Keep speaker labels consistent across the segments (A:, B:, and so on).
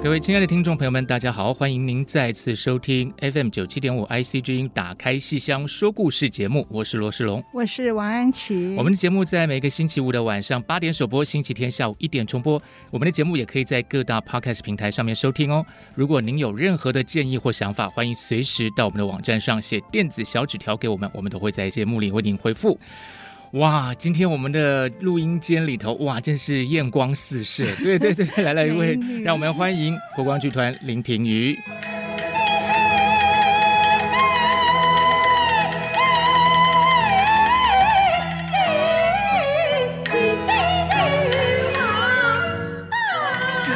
A: 各位亲爱的听众朋友们，大家好，欢迎您再次收听 FM 九七点五 IC 之音打开戏箱说故事节目，我是罗世龙。
B: 我是王安琪。
A: 我们的节目在每个星期五的晚上八点首播，星期天下午一点重播。我们的节目也可以在各大 podcast 平台上面收听哦。如果您有任何的建议或想法，欢迎随时到我们的网站上写电子小纸条给我们，我们都会在节目里为您回复。哇，今天我们的录音间里头，哇，真是艳光四 射。对对对，来了一位
B: 美女，
A: 让我们欢迎国光剧团林庭瑜。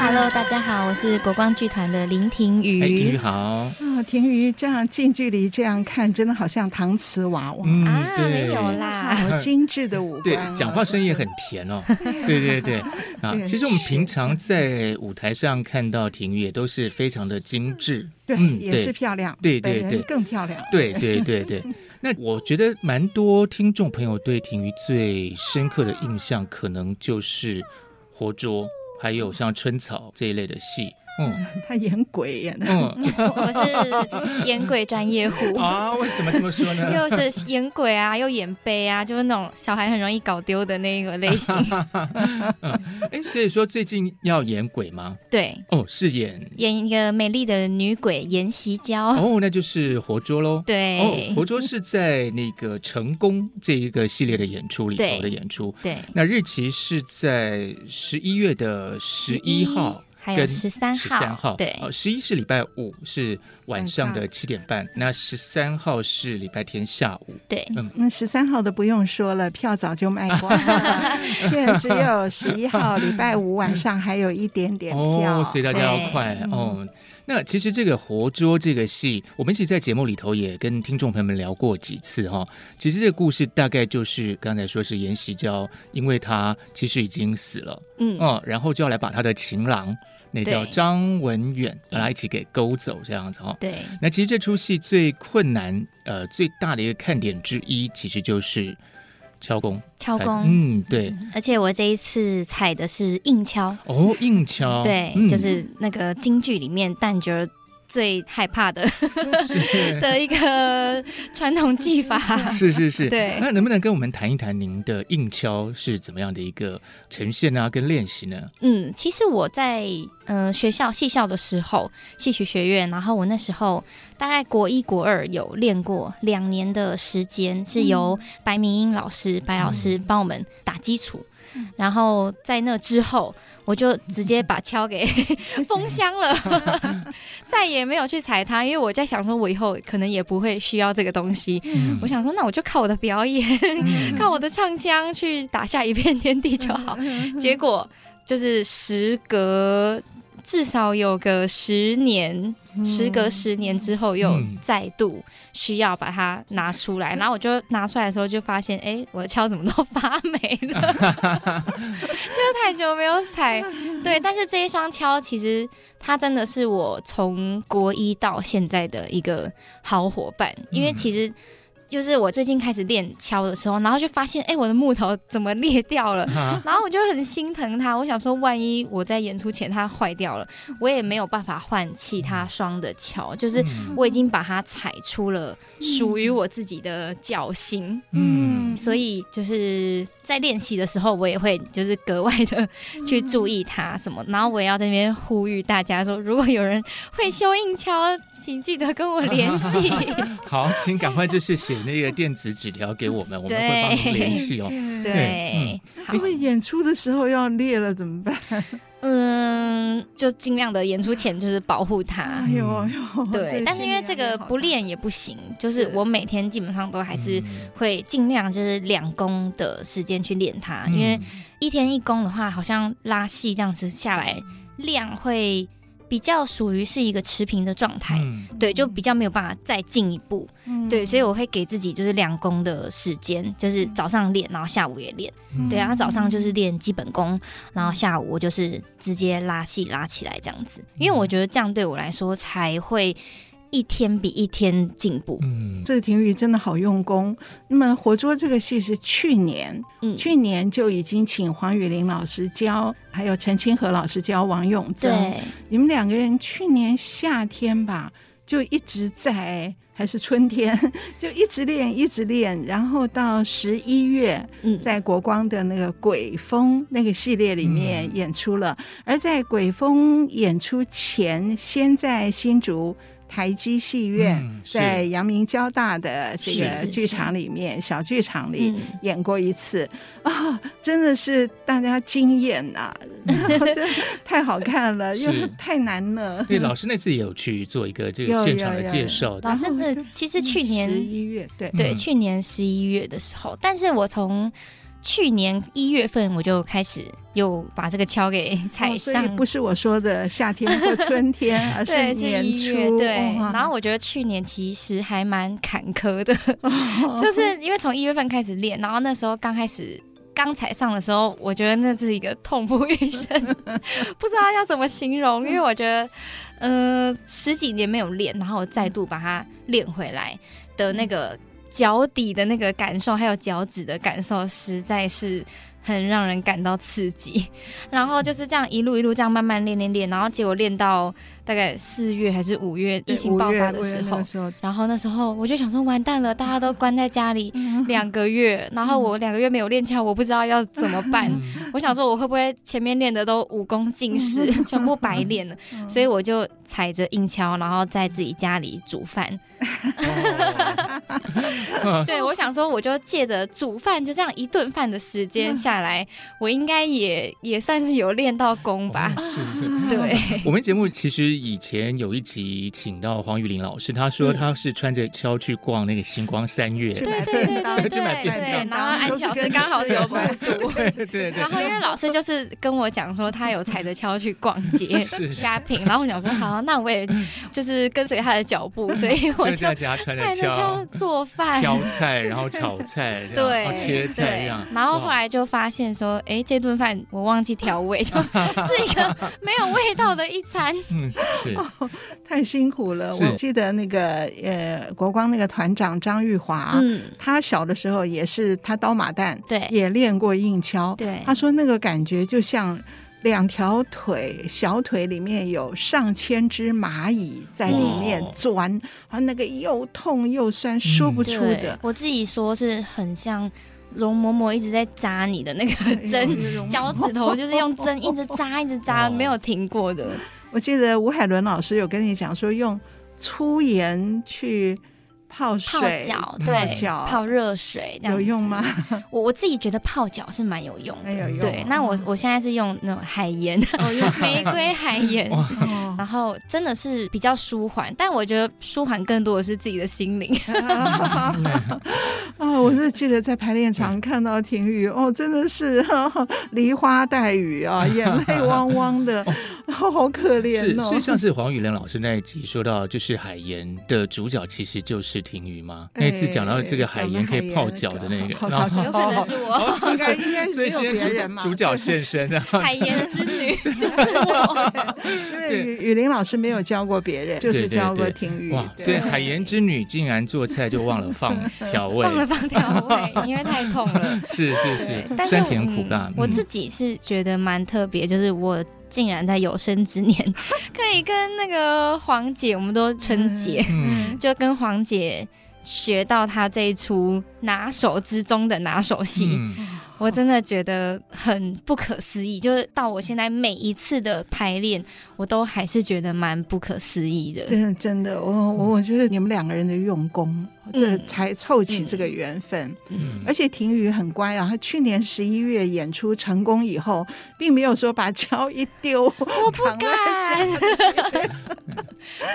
C: Hello，大家好，我是国光剧团的林庭
A: 哎，庭瑜
C: 瑜。
A: 好。
B: 啊，田瑜这样近距离这样看，真的好像搪瓷娃娃，
A: 嗯
C: 啊，
A: 对，
C: 没有啦，
B: 好精致的五官。啊
A: 对，讲话声音也很甜哦。 对对 对，啊，
B: 对
A: 其实我们平常在舞台上看到婷玉也都是非常的精致，
B: 对，
A: 嗯，
B: 也是
A: 对，
B: 漂亮，
A: 对
B: 本
A: 对
B: 人
A: 对
B: 更漂亮。
A: 对对对对。 那我觉得蛮多听众朋友对婷玉最深刻的印象，可能就是《活捉》，还有像《春草》这一类的戏。嗯
B: 他演鬼演的，
A: 嗯
C: 我是演鬼专 业户，
A: 啊，为什么这么说呢？
C: 又是演鬼啊，又演悲啊，就是那种小孩很容易搞丢的那个 类型。
A: 哦哎，所以说最近要演鬼吗？
C: 对，
A: 哦，是演
C: 演一个美丽的女鬼阎锡娇。
A: 哦，那就是《活捉》喽。哦
C: 对，，
A: 活捉是在那个成功这一个系列的演出里头
C: 对
A: 的演出，
C: 对，
A: 那日期是在十一月的十一号。
C: 还有
A: 跟
C: 十三
A: 十三号，哦
C: 对，
A: 十一是礼拜五，是晚上的七点半。那十三号是礼拜天下午，
C: 对，
B: 那嗯十三号的不用说了，票早就卖光 了，现在只有十一号礼拜五晚上还有一点点票，
A: 哦，所以大家要快
B: 对
A: 哦。那其实这个《活捉》这个戏，我们一起在节目里头也跟听众朋友们聊过几次哈、哦。其实这个故事大概就是刚才说是阎锡娇，因为她其实已经死了，
C: 嗯，
A: 嗯，然后就要来把他的情郎，那叫
C: 对
A: 张文远，把他一起给勾走这样子哦。
C: 对，
A: 那其实这出戏最困难，呃，最大的一个看点之一，其实就是敲弓。
C: 敲
A: 才
C: 弓。
A: 嗯，对，
C: 而且我这一次踩的是硬敲，
A: 哦，硬敲，
C: 对，
A: 嗯、
C: 就是那个京剧里面旦角儿最害怕的
A: 是
C: 的一个传统技法。
A: 是是是，
C: 对
A: 那能不能跟我们谈一谈您的硬敲是怎么样的一个呈现啊，跟练习呢？
C: 嗯，其实我在呃学校戏校的时候，戏曲学院，然后我那时候大概国一国二有练过两年的时间，是由白明英老师、白老师帮我们打基础。然后在那之后，我就直接把敲给封箱了，再也没有去踩它，因为我在想说，我以后可能也不会需要这个东西。
A: 嗯
C: 我想说，那我就靠我的表演，靠我的唱腔去打下一片天地就好。结果就是时隔至少有个十年，时隔十年之后又
A: 嗯
C: 再度需要把它拿出来，然后我就拿出来的时候就发现，哎，我的敲怎么都发霉了， 就是太久没有踩。对，但是这一双敲其实它真的是我从国一到现在的一个好伙伴，因为
A: 嗯
C: 其实。就是我最近开始练敲的时候，然后就发现，哎、我的木头怎么裂掉了？
A: 啊，
C: 然后我就很心疼它，我想说，万一我在演出前它坏掉了，我也没有办法换其他双的桥，就是
A: 嗯
C: 我已经把它踩出了属于我自己的脚心，
A: 嗯
C: 所以就是在练习的时候，我也会就是格外的去注意它什么。然后我也要在那边呼吁大家说，如果有人会修硬桥，请记得跟我联系。
A: 好，请赶快就是写那个电子纸条给我们，我们会
C: 对
A: 帮您联系 哦。
C: 对，好
B: 因，为演出的时候要裂了怎么办？
C: 嗯，就尽量的演出前就是保护它
B: 哎。呦哎呦，
C: 哦对，
B: 这
C: 但是因为这个不练也不行，就是我每天基本上都还是
A: 嗯
C: 会尽量就是两公的时间去练它，啊因
A: 嗯
C: 为一天一公的话，好像拉细这样子下来，量会比较属于是一个持平的状态。
A: 嗯
C: 对，就比较没有办法再进一步。
B: 嗯
C: 对，所以我会给自己就是两公的时间，就是早上练，然后下午也练。
A: 嗯
C: 对，然啊后早上就是练基本功，然后下午我就是直接拉细拉起来这样
B: 嗯
C: 子，因为我觉得这样对我来说才会一天比一天进步。
A: 嗯
B: 这个婷宇真的好用功。那么《活捉》这个戏是去年，
C: 嗯，
B: 去年就已经请黄雨玲老师教，还有陈清河老师教王永贞。
C: 对，
B: 你们两个人去年夏天吧，就一直在，还是春天，就一直练，一直练，然后到十一月，
C: 嗯，
B: 在国光的那个鬼风那个系列里
C: 嗯
B: 面演出了。而在鬼风演出前，先在新竹台积戏院，
A: 嗯是
B: 在阳明交大的这
C: 是
B: 个
C: 是
B: 剧场里面，小剧场里。
C: 嗯，
B: 演过一次啊、真的是大家惊艳 呐、 然后这太好看了，因为
A: 是
B: 太难了。
C: 嗯
A: 对，老师那次也有去做一个这个
B: 有
A: 现
B: 有
A: 场的
B: 有
A: 介
B: 有
A: 绍的，
C: 老师的其实去年
B: 十一月，对，
C: 对，
A: 嗯
C: 去年十一月的时候，但是我从去年一月份我就开始又把这个敲给踩
B: 哦所以
C: 上，
B: 不是我说的夏天或春 天，而
C: 对，是
B: 年
C: 一月
B: 初。哦
C: 对。
B: 哇
C: 然后我觉得去年其实还蛮坎 坷的，就是因为从一月份开始练，然后那时候刚开始。刚才上的时候，我觉得那是一个痛不欲 生，不知道要怎么形容，因为我觉得，呃，十几年没有练，然后我再度把它练回来的那个脚底的那个感受，还有脚趾的感受，实在是很让人感到刺激。 然后就是这样一路一路这样慢慢练练练，然后结果练到大概四月还是五月疫
B: 对
C: 情爆发的
B: 五月五
C: 时
B: 月那
C: 候
B: 个，时候，
C: 然后那时候我就想说，完蛋了，大家都关在家里
B: 嗯
C: 两个月，然后我两个月没有练枪，我不知道要怎么办。
A: 嗯
C: 我想说，我会不会前面练的都武功尽 失，全部白练了？
A: 嗯
C: 所以我就踩着硬敲，然后在自己家里煮 饭。对，我想说，我就借着煮饭，就这样一顿饭的时间下来，我应该也也算是有练到功吧
A: 哦。是是。
C: 对，
A: 我们节目其实以前有一集请到黄玉玲老师，她说
C: 嗯
A: 她是穿着跷去逛那个星光三月，
B: 对
C: 对对对对对
A: 去买
C: 对
A: 便
C: 对
A: 当，
C: 然后安琪老师刚好有目睹。
A: 对对对
C: 然后因为老师就是跟我讲说，他有踩着跷去逛 街
A: 是是
C: shopping，然后我想说好，那我也就是跟随他的脚 步，所以我
A: 就
C: 就
A: 在
C: 踩
A: 家穿着
C: 着跷
A: 跷
C: 做饭。
A: 挑菜，然后炒菜，这样 哦
C: 对，
A: 切菜这
C: 对
A: 样，。
C: 然后后
A: 哇
C: 来就发现说，哎，这顿饭我忘记调 味，就是 一个没有味道的一餐。
A: 嗯是是
B: 太辛苦了。
A: 是
B: 我记得那个呃，国光那个团长张玉华，
C: 嗯，
B: 他小的时候也是他刀马旦，
C: 对
B: 也练过硬敲。
C: 对
B: 他说那个感觉就像两条腿，小腿里面有上千只蚂蚁在里面
A: 哇
B: 钻，啊，那个又痛又酸，说不出
C: 嗯对
B: 的，。
C: 我自己说是很像容嬷嬷一直在扎你的那 个针。
B: 真
C: 脚趾头就是用针一直扎，一直扎，
A: 哦
C: 没有停过的。
B: 我记得吴海伦老师有跟你讲说，用粗盐去泡
C: 泡
B: 水，
C: 脚，
A: 嗯
C: 对，
B: 脚
C: 泡热水这样
B: 有
C: 子
B: 用吗？？
C: 我我自己觉得泡脚是蛮有用
B: 哎
C: 的。
B: 有用。
C: 对，那我我现在是用那种海盐， 玫瑰海盐，
B: 哦
C: 然后真的是比较舒缓，但我觉得舒缓更多的是自己的心灵。
B: 啊、我是记得在排练场看到婷雨，哦，真的是、梨花带雨啊，眼泪汪汪的，哦好可
A: 是
B: 怜哦。
A: 是，像是黄雨玲老师那一集说到，就是海盐的主角其实就是婷雨吗？
B: 哎
A: 那次讲到这个海盐可以泡脚的那个，
B: 讲到
A: 然
B: 海盐
A: 后哦
B: 那 个
C: 有可能是我
B: 应该应该是
A: 所
B: 没
A: 以
B: 有
A: 今
B: 别人
A: 天
B: 嘛，
A: 主主角现身，啊然后
C: 海盐之女就是我，
B: 因为雨雨林老师没有教过别人，就是教过婷雨。
A: 哇，
B: 对
A: 所以海盐之女竟然做菜就忘了放调味，
C: 忘了 放调味，因为太痛了。
A: 是是
C: 对
A: 是，
C: 但是
A: 酸甜苦辣
C: 嗯。我自
A: 己
C: 己是觉得蛮特别，就是我竟然在有生之年可以跟那个黄姐，我们都称姐，
A: 嗯
C: 就跟黄姐学到她这一出拿手之中的拿手戏。
A: 嗯
C: 我真的觉得很不可思议，就是到我现在每一次的排练，我都还是觉得蛮不可思议的。
B: 真的真的，我我我觉得你们两个人的用功，这
C: 嗯
B: 才凑齐这个缘分。
A: 嗯
B: 而且婷宇很乖啊，他去年十一月演出成功以后，并没有说把胶一丢，我
C: 不敢，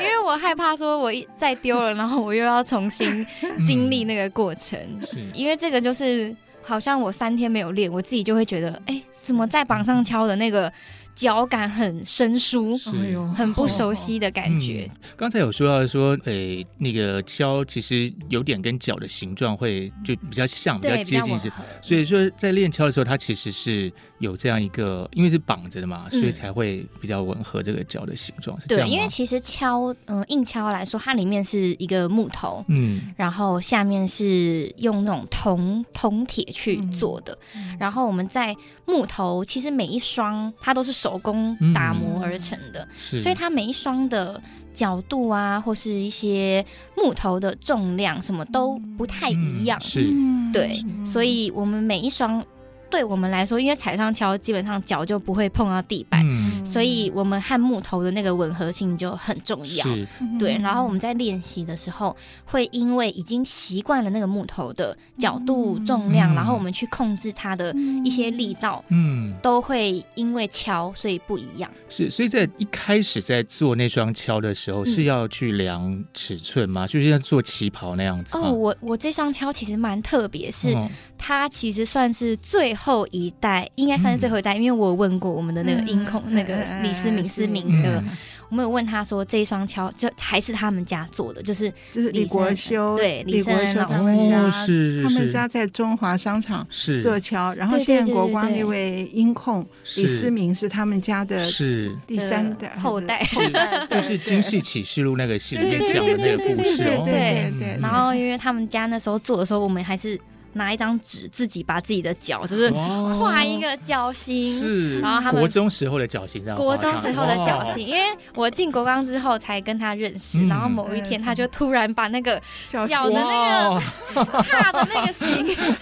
C: 因为我害怕说我一再丢了，然后我又要重新经历那个过程，
A: 嗯是
C: 因为这个就是好像我三天没有练，我自己就会觉得，哎、怎么在榜上敲的那个脚感很生疏，
A: 是。
B: 哎呦
C: 很不熟悉的感觉。
A: 刚才有说到说，诶、那个胶其实有点跟脚的形状会就比较像，比较
C: 对，比
A: 接
C: 较
A: 近
C: 吻
A: 是，
C: 合。
A: 所以说在练敲的时候，它其实是有这样一个，因为是绑着的嘛，所以
C: 嗯
A: 才会比较吻合这个脚的形状，是这
C: 对，
A: 样
C: 因为
A: 吗？
C: 其实敲，嗯、硬敲来说，它里面是一个木头，
A: 嗯，
C: 然后下面是用那种铜铜铁去
A: 嗯
C: 做的，然后我们在木头，其实每一双它都是手工打磨而成的，
A: 嗯是，
C: 所以它每一双的角度啊，或是一些木头的重量什么都不太一样
A: 嗯，是，嗯
C: 对，
B: 嗯
C: 所以我们每一双对我们来说，因为踩上敲基本上脚就不会碰到地板，
A: 嗯，
C: 所以我们和木头的那个吻合性就很重要。
A: 是，
B: 嗯
C: 对，然后我们在练习的时候，会因为已经习惯了那个木头的角度、重量，
A: 嗯
C: 然后我们去控制它的一些力道，
A: 嗯，
C: 都会因为敲，所以不一样。
A: 是，所以在一开始在做那双敲的时候，
C: 嗯
A: 是要去量尺寸吗？就是像做旗袍那样子吗？
C: 哦，我我这双敲其实蛮特别，是
A: 哦
C: 它其实算是最后一代，应该算是最后一代，因为我有问过我们的那个音控、
B: 嗯
C: 那个李思明、
B: 嗯
C: 思明
B: 嗯
C: 的，
A: 嗯
C: 我们有问他说这一双敲就还是他们家做的，就是呃
B: 就是李国修，
C: 对
B: 李国修他们家，
A: 哦，是
B: 他们
A: 是
B: 家在中华商场
A: 是
B: 做桥，然后
C: 对对
B: 现在
C: 对
B: 国
C: 对
B: 光
C: 对
B: 那位音控
A: 是
B: 李思明是他们家的
A: 是。
B: 第三代
C: 的
B: 还是
C: 后代
B: 后代
A: 就
B: 对
A: 是《
B: 对
A: 京戏启示录》那个戏里面
C: 对对
A: 讲的那
C: 对
A: 个
C: 对
A: 故
C: 对
A: 事
C: 对
A: 哦，
C: 对
A: 嗯
B: 对
C: 然后因为他们家那时候做的时候，我们还是拿一张纸自己把自己的脚就是
A: 哇
C: 画一个脚型。
A: 哦是，
C: 然后他们
A: 国中时候的脚型这样
C: 国
A: 画上，
C: 中时候的脚型，
A: 哇，
C: 因为我进国光之后才跟他认识，
A: 嗯
C: 然后某一天他就突然把那 个
B: 叫
C: 脚
B: 什
C: 的
B: 么
C: 哦那
A: 哦哇
C: 个踏的那个型，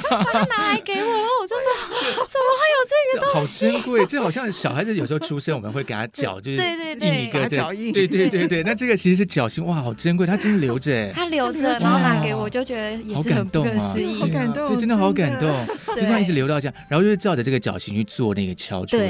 C: 把它拿来给我，然后 我就说怎么会
A: 这好珍贵，这好像小孩子有时候出生，我们会给他脚就是
C: 对对对
A: 印一个
B: 打
A: 这
B: 脚印
A: 对对 对对，那这个其实是脚型，哇，好珍贵，他真的留着
C: 有
A: 哎
C: 这个？。他留着，然后拿给我，就觉得也
A: 好
C: 是很
A: 感
C: 不
A: 动
C: 可
A: 啊！
C: 思议
B: 好。感动
A: 对，真的好
B: 真
A: 感
B: 的
A: 动，就这样一直流到这样，然后就是照着这个脚型去做那个敲出来。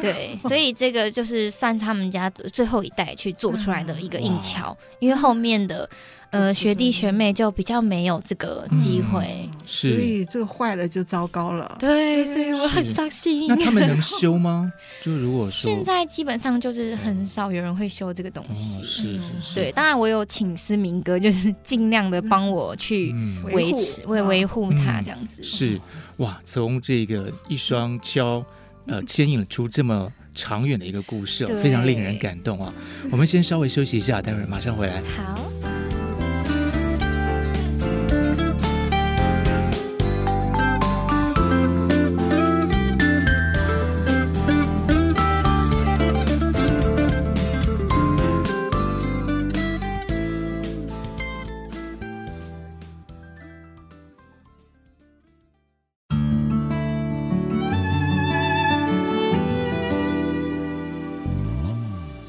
C: 对对， 所以这个就是算是他们家的最后一代去做出来的一个硬桥，因为后面的呃学弟学妹就比较没有这个机会。
B: 所
A: 是。
B: 以这个坏了就糟糕了。
C: 对，所以我很伤心
A: 那。他 们能修吗？就如果说
C: 现在基本上就是很少有人会修这个东
A: 哦，
C: 西。
A: 是是是，
C: 对，当然我有请思明哥，就是尽量的帮我去
A: 嗯
B: 维
C: 维
B: 护
C: 持、为维护它
A: 嗯
C: 这样子。
A: 是哇，从这个一双敲，呃，牵引出这么长远的一个故事、哦，
C: 对
A: 非常令人感动啊！我们先稍微休息一下，待会儿马上回来。
C: 好。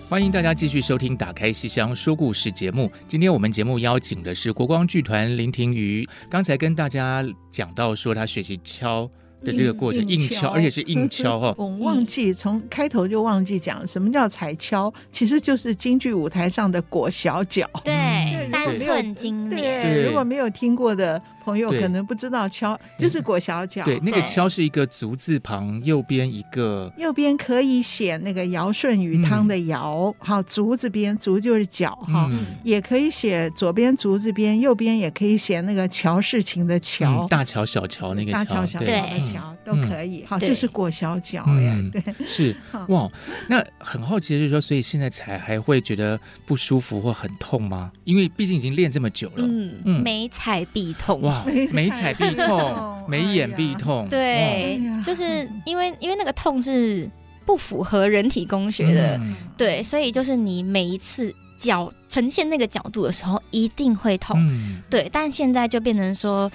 A: 欢迎大家继续收听《打开戏箱说故事》节目。今天我们节目邀请的是国光剧团林庭瑜。刚才跟大家讲到说，他学习敲的这个过程，硬
B: 硬
A: 敲，
B: 敲
A: 而且是硬敲哈、哦。
B: 我忘记从开头就忘记讲什么叫踩跷，其实就是京剧舞台上的裹小脚。
C: 对，
B: 对
C: 三寸金莲。
A: 对
B: 对，如果没有听过的朋友
A: 对嗯
B: 可能不知道敲就是裹小脚。
A: 对，那个
C: 对
A: 敲是一个足字旁，右边一个
B: 右边可以写那个尧舜禹汤的尧，好，竹字边，竹就是脚哈。
A: 嗯
B: 也可以写左边竹字边，右边也可以写那个乔事情的
A: 嗯
B: 乔，
A: 大乔小乔那个
B: 大乔小乔
A: 对
B: 的
C: 对
B: 乔都可以。好，
C: 对
B: 就是裹小脚呀
A: 嗯，，
B: 对，
A: 是
B: 好
A: 哇。那很好奇的是说，所以现在才还会觉得不舒服或很痛吗？因为毕竟已经练这么久了，嗯
C: 嗯，每踩必痛。
A: 哇，眉
B: 眉
A: 踩
B: 踩
A: 必
B: 必
A: 痛，
B: 痛
A: 眉眼必
B: 哎呀
A: 痛，
C: 对
B: 哎呀，
C: 就是因为因为那个痛是不符合人体工学的，
A: 嗯
C: 对，所以就是你每一次脚呈现那个角度的时候，一定会痛。
A: 嗯
C: 对，但现在就变成说。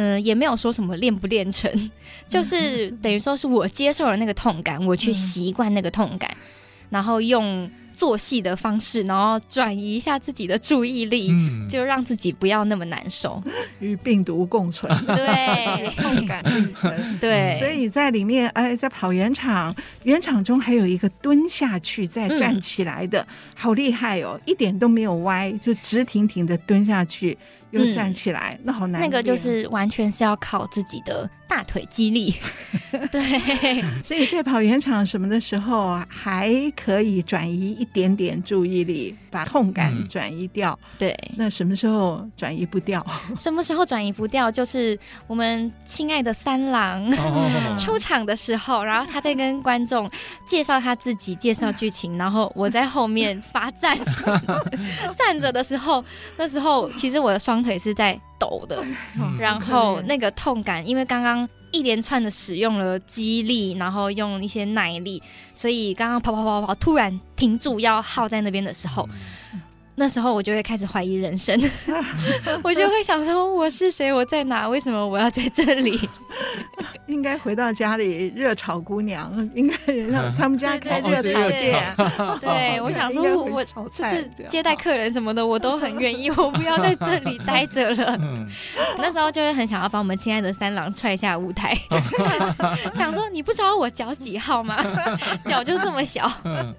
C: 嗯、也没有说什么练不练成，
B: 嗯
C: 就是等于说是我接受了那个痛感，我去习惯那个痛感，然后用做戏的方式，然后转移一下自己的注意力，
A: 嗯，
C: 就让自己不要那么难 受。
B: 与病毒共存，
C: 对
B: 痛 感并存。
C: 对，
B: 所以你在里面，哎，在跑圆场，圆场中还有一个蹲下去再
C: 嗯
B: 站起来的，好厉害哦，一点都没有歪，就直挺挺的蹲下去又站起来，那好难。
C: 嗯
B: 哦
C: 那个就，是完全是要靠自己的大腿肌力。对，
B: 所以在跑圆场什么的时候啊，还可以转移一点点注意力，把痛感
A: 嗯
B: 转移掉。
C: 对，
B: 那什么时候转移不掉？
C: 什么时候转移不掉？就是我们亲爱的三郎。
A: 哦
C: 出场的时候，然后他在跟观众介绍他自己，介绍剧情，然后我在后面罚站，站着的时候，那时候其实我的双腿是在抖的，
A: 嗯
C: 然后那个痛感，因为刚刚一连串的使用了肌力，然后用一些耐力，所以刚刚跑跑跑跑跑，突然停住要耗在那边的时
A: 嗯
C: 候，那时候我就会开始怀疑人生，我就会想说我是谁，我在哪，为什么我要在这里？
B: 应该回到家里热炒姑娘，应该 让他们家开
C: 对对
B: 热
C: 对
B: 炒
C: 对
B: 店。
C: 对，我想说
B: 哦应该
C: 我
B: 会
C: 我
B: 炒
C: 就
B: 菜
C: 是
B: 这样
C: 接待客人什么的，我都很愿意，我不要在这里待着 了。
A: 嗯，
C: 那时候就会很想要把我们亲爱的三郎踹下 舞台，想说你不知道我脚几号吗？脚就这么小。
A: 嗯，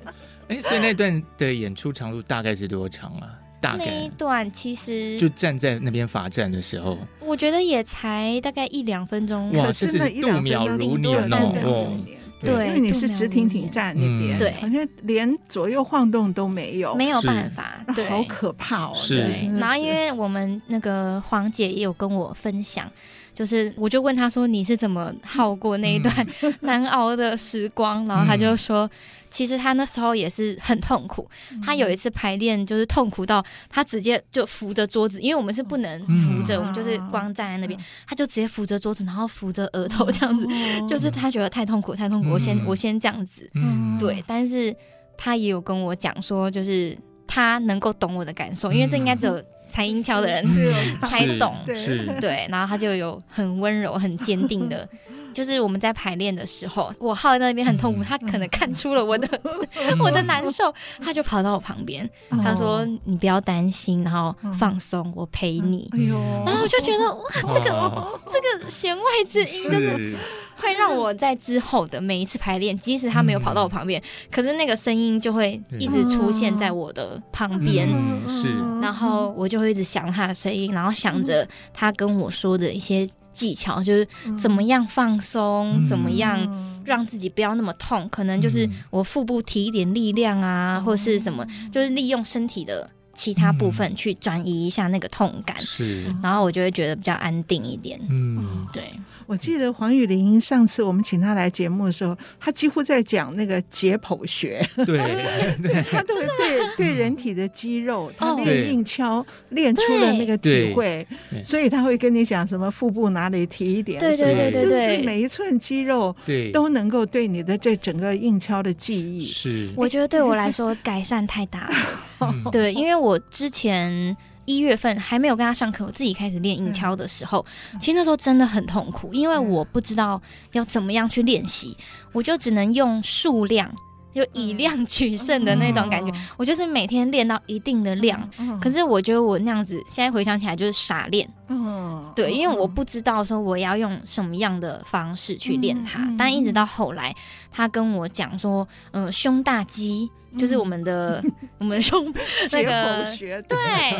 A: 哎，所以那段的演出长度大概是多长啊？大
C: 那一
A: 概
C: 段其
A: 就
C: 实
A: 站在那边罚站的时候，
C: 我觉得也才大概一两分钟。
A: 哇
B: 可是那一两
A: 这是
B: 分
A: 度秒如
B: 钟顶多
C: 年
B: 三
C: 哦
B: 分钟点
C: 对
B: 因为你是直挺挺站那
A: 嗯
B: 边，
C: 对
B: 好像连左右晃动都没有，
C: 没有办法，
B: 那
C: 对，
B: 好可怕哦。
A: 是
B: 对
C: 对
B: 真，的
C: 然后
B: 是
C: 因为我们那个黄姐也有跟我分享，就是我就问她说你是怎么耗过那一段
B: 嗯
C: 难熬的时光，然后她就说，其实她那时候也是很痛苦，
B: 嗯
C: 她有一次排练就是痛苦到她直接就扶着桌子，因为我们是不能扶着，
B: 嗯
C: 我们就是光站在那边，她就直接扶着桌子，然后扶着额头这样子，
B: 哦
C: 就是她觉得太痛苦太痛苦，我先
A: 嗯
C: 我先这样子，
A: 嗯，
B: 哦
C: 对，但是他也有跟我讲说，就是他能够懂我的感受，因为这应该只有才音敲的人
B: 只有他
C: 才懂。
B: 对
A: 是，是
C: 对，然后他就有很温柔、很坚定的，就是我们在排练的时候，我耗在那边很痛苦，
A: 嗯
C: 他可能看出了我的 我的难受，他就跑到我旁边，
B: 哦
C: 他说：“你不要担心，然后
B: 嗯
C: 放松，我陪你。”
B: 哎呦，哦
C: 然后我就觉得哇，这
A: 哦
C: 个
A: 个
C: 这个弦外之音真的
A: 是
C: 会让我在之后的每一次排练，即使他没有跑到我旁边，可是那个声音就会一直出现在我的旁边，
A: 嗯是
C: 然后我就会一直想他的声音，然后想着他跟我说的一些技巧，就是怎么样放松，
A: 嗯
C: 怎么样
B: 样
C: 让自己不要那么痛，可能就是
A: 嗯
C: 我腹部提一点力量啊，或是什么，就是利用身体的其他部分去转移一下那个痛感，
A: 是，
C: 然后我就会觉得比较安定一点。
A: 嗯，
C: 对，
B: 我记得黄雨玲上次我们请她来节目的时候，她几乎在讲那个解剖学，
A: 对对，
B: 她都会对对人体的肌肉，她
C: 哦
B: 练硬敲练出了那个体会
A: 对，对
B: 所以她会跟你讲什么腹部哪里提一点，
C: 对对
A: 对对
B: 就是
C: 对
B: 每一寸肌肉
A: 对，
B: 都能够对你的这整个硬敲的记忆，
A: 是，
C: 我觉得对我来说改善太大了。
A: 嗯
C: 对，因为我之前一月份还没有跟他上课，我自己开始练硬敲的时候，其实那时候真的很痛苦，因为我不知道要怎么样去练习，我就只能用数量，就以量 取胜的那种感觉。我就是每天练到一定的量。
B: 嗯。
C: 可是我觉得我那样子，现在回想起来就是傻练，
B: 嗯，
C: 对，因为我不知道说我要用什么样的方式去练它，
B: 嗯嗯
C: 但一直到后来，他跟我讲说，嗯、胸大肌就是我们的、我们 的胸那
B: 解剖
C: 个
B: 嗯学对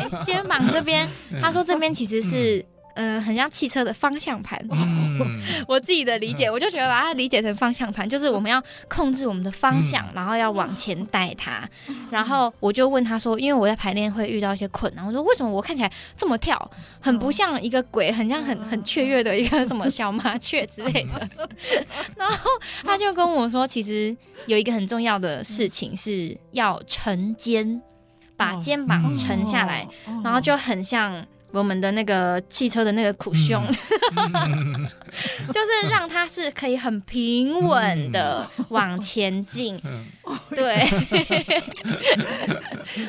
C: 对肩膀这 边，他说这边其实是嗯、呃很像汽车的方向盘。
A: 嗯
C: 我自己的理解，我就觉得把它理解成方向盘，就是我们要控制我们的方向，然后要往前带它。然后我就问他说，因为我在排练会遇到一些困难，我说为什么我看起来这么跳，很不像一个鬼，很像很很雀跃的一个什么小麻雀之类的。然后他就跟我说，其实有一个很重要的事情是要沉肩，把肩膀沉下来，，
B: 哦
C: 然后就很像。我们的那个汽车的那个苦胸，
A: 嗯
C: 就是让它是可以很平稳的往 前进，
A: 嗯
C: 对。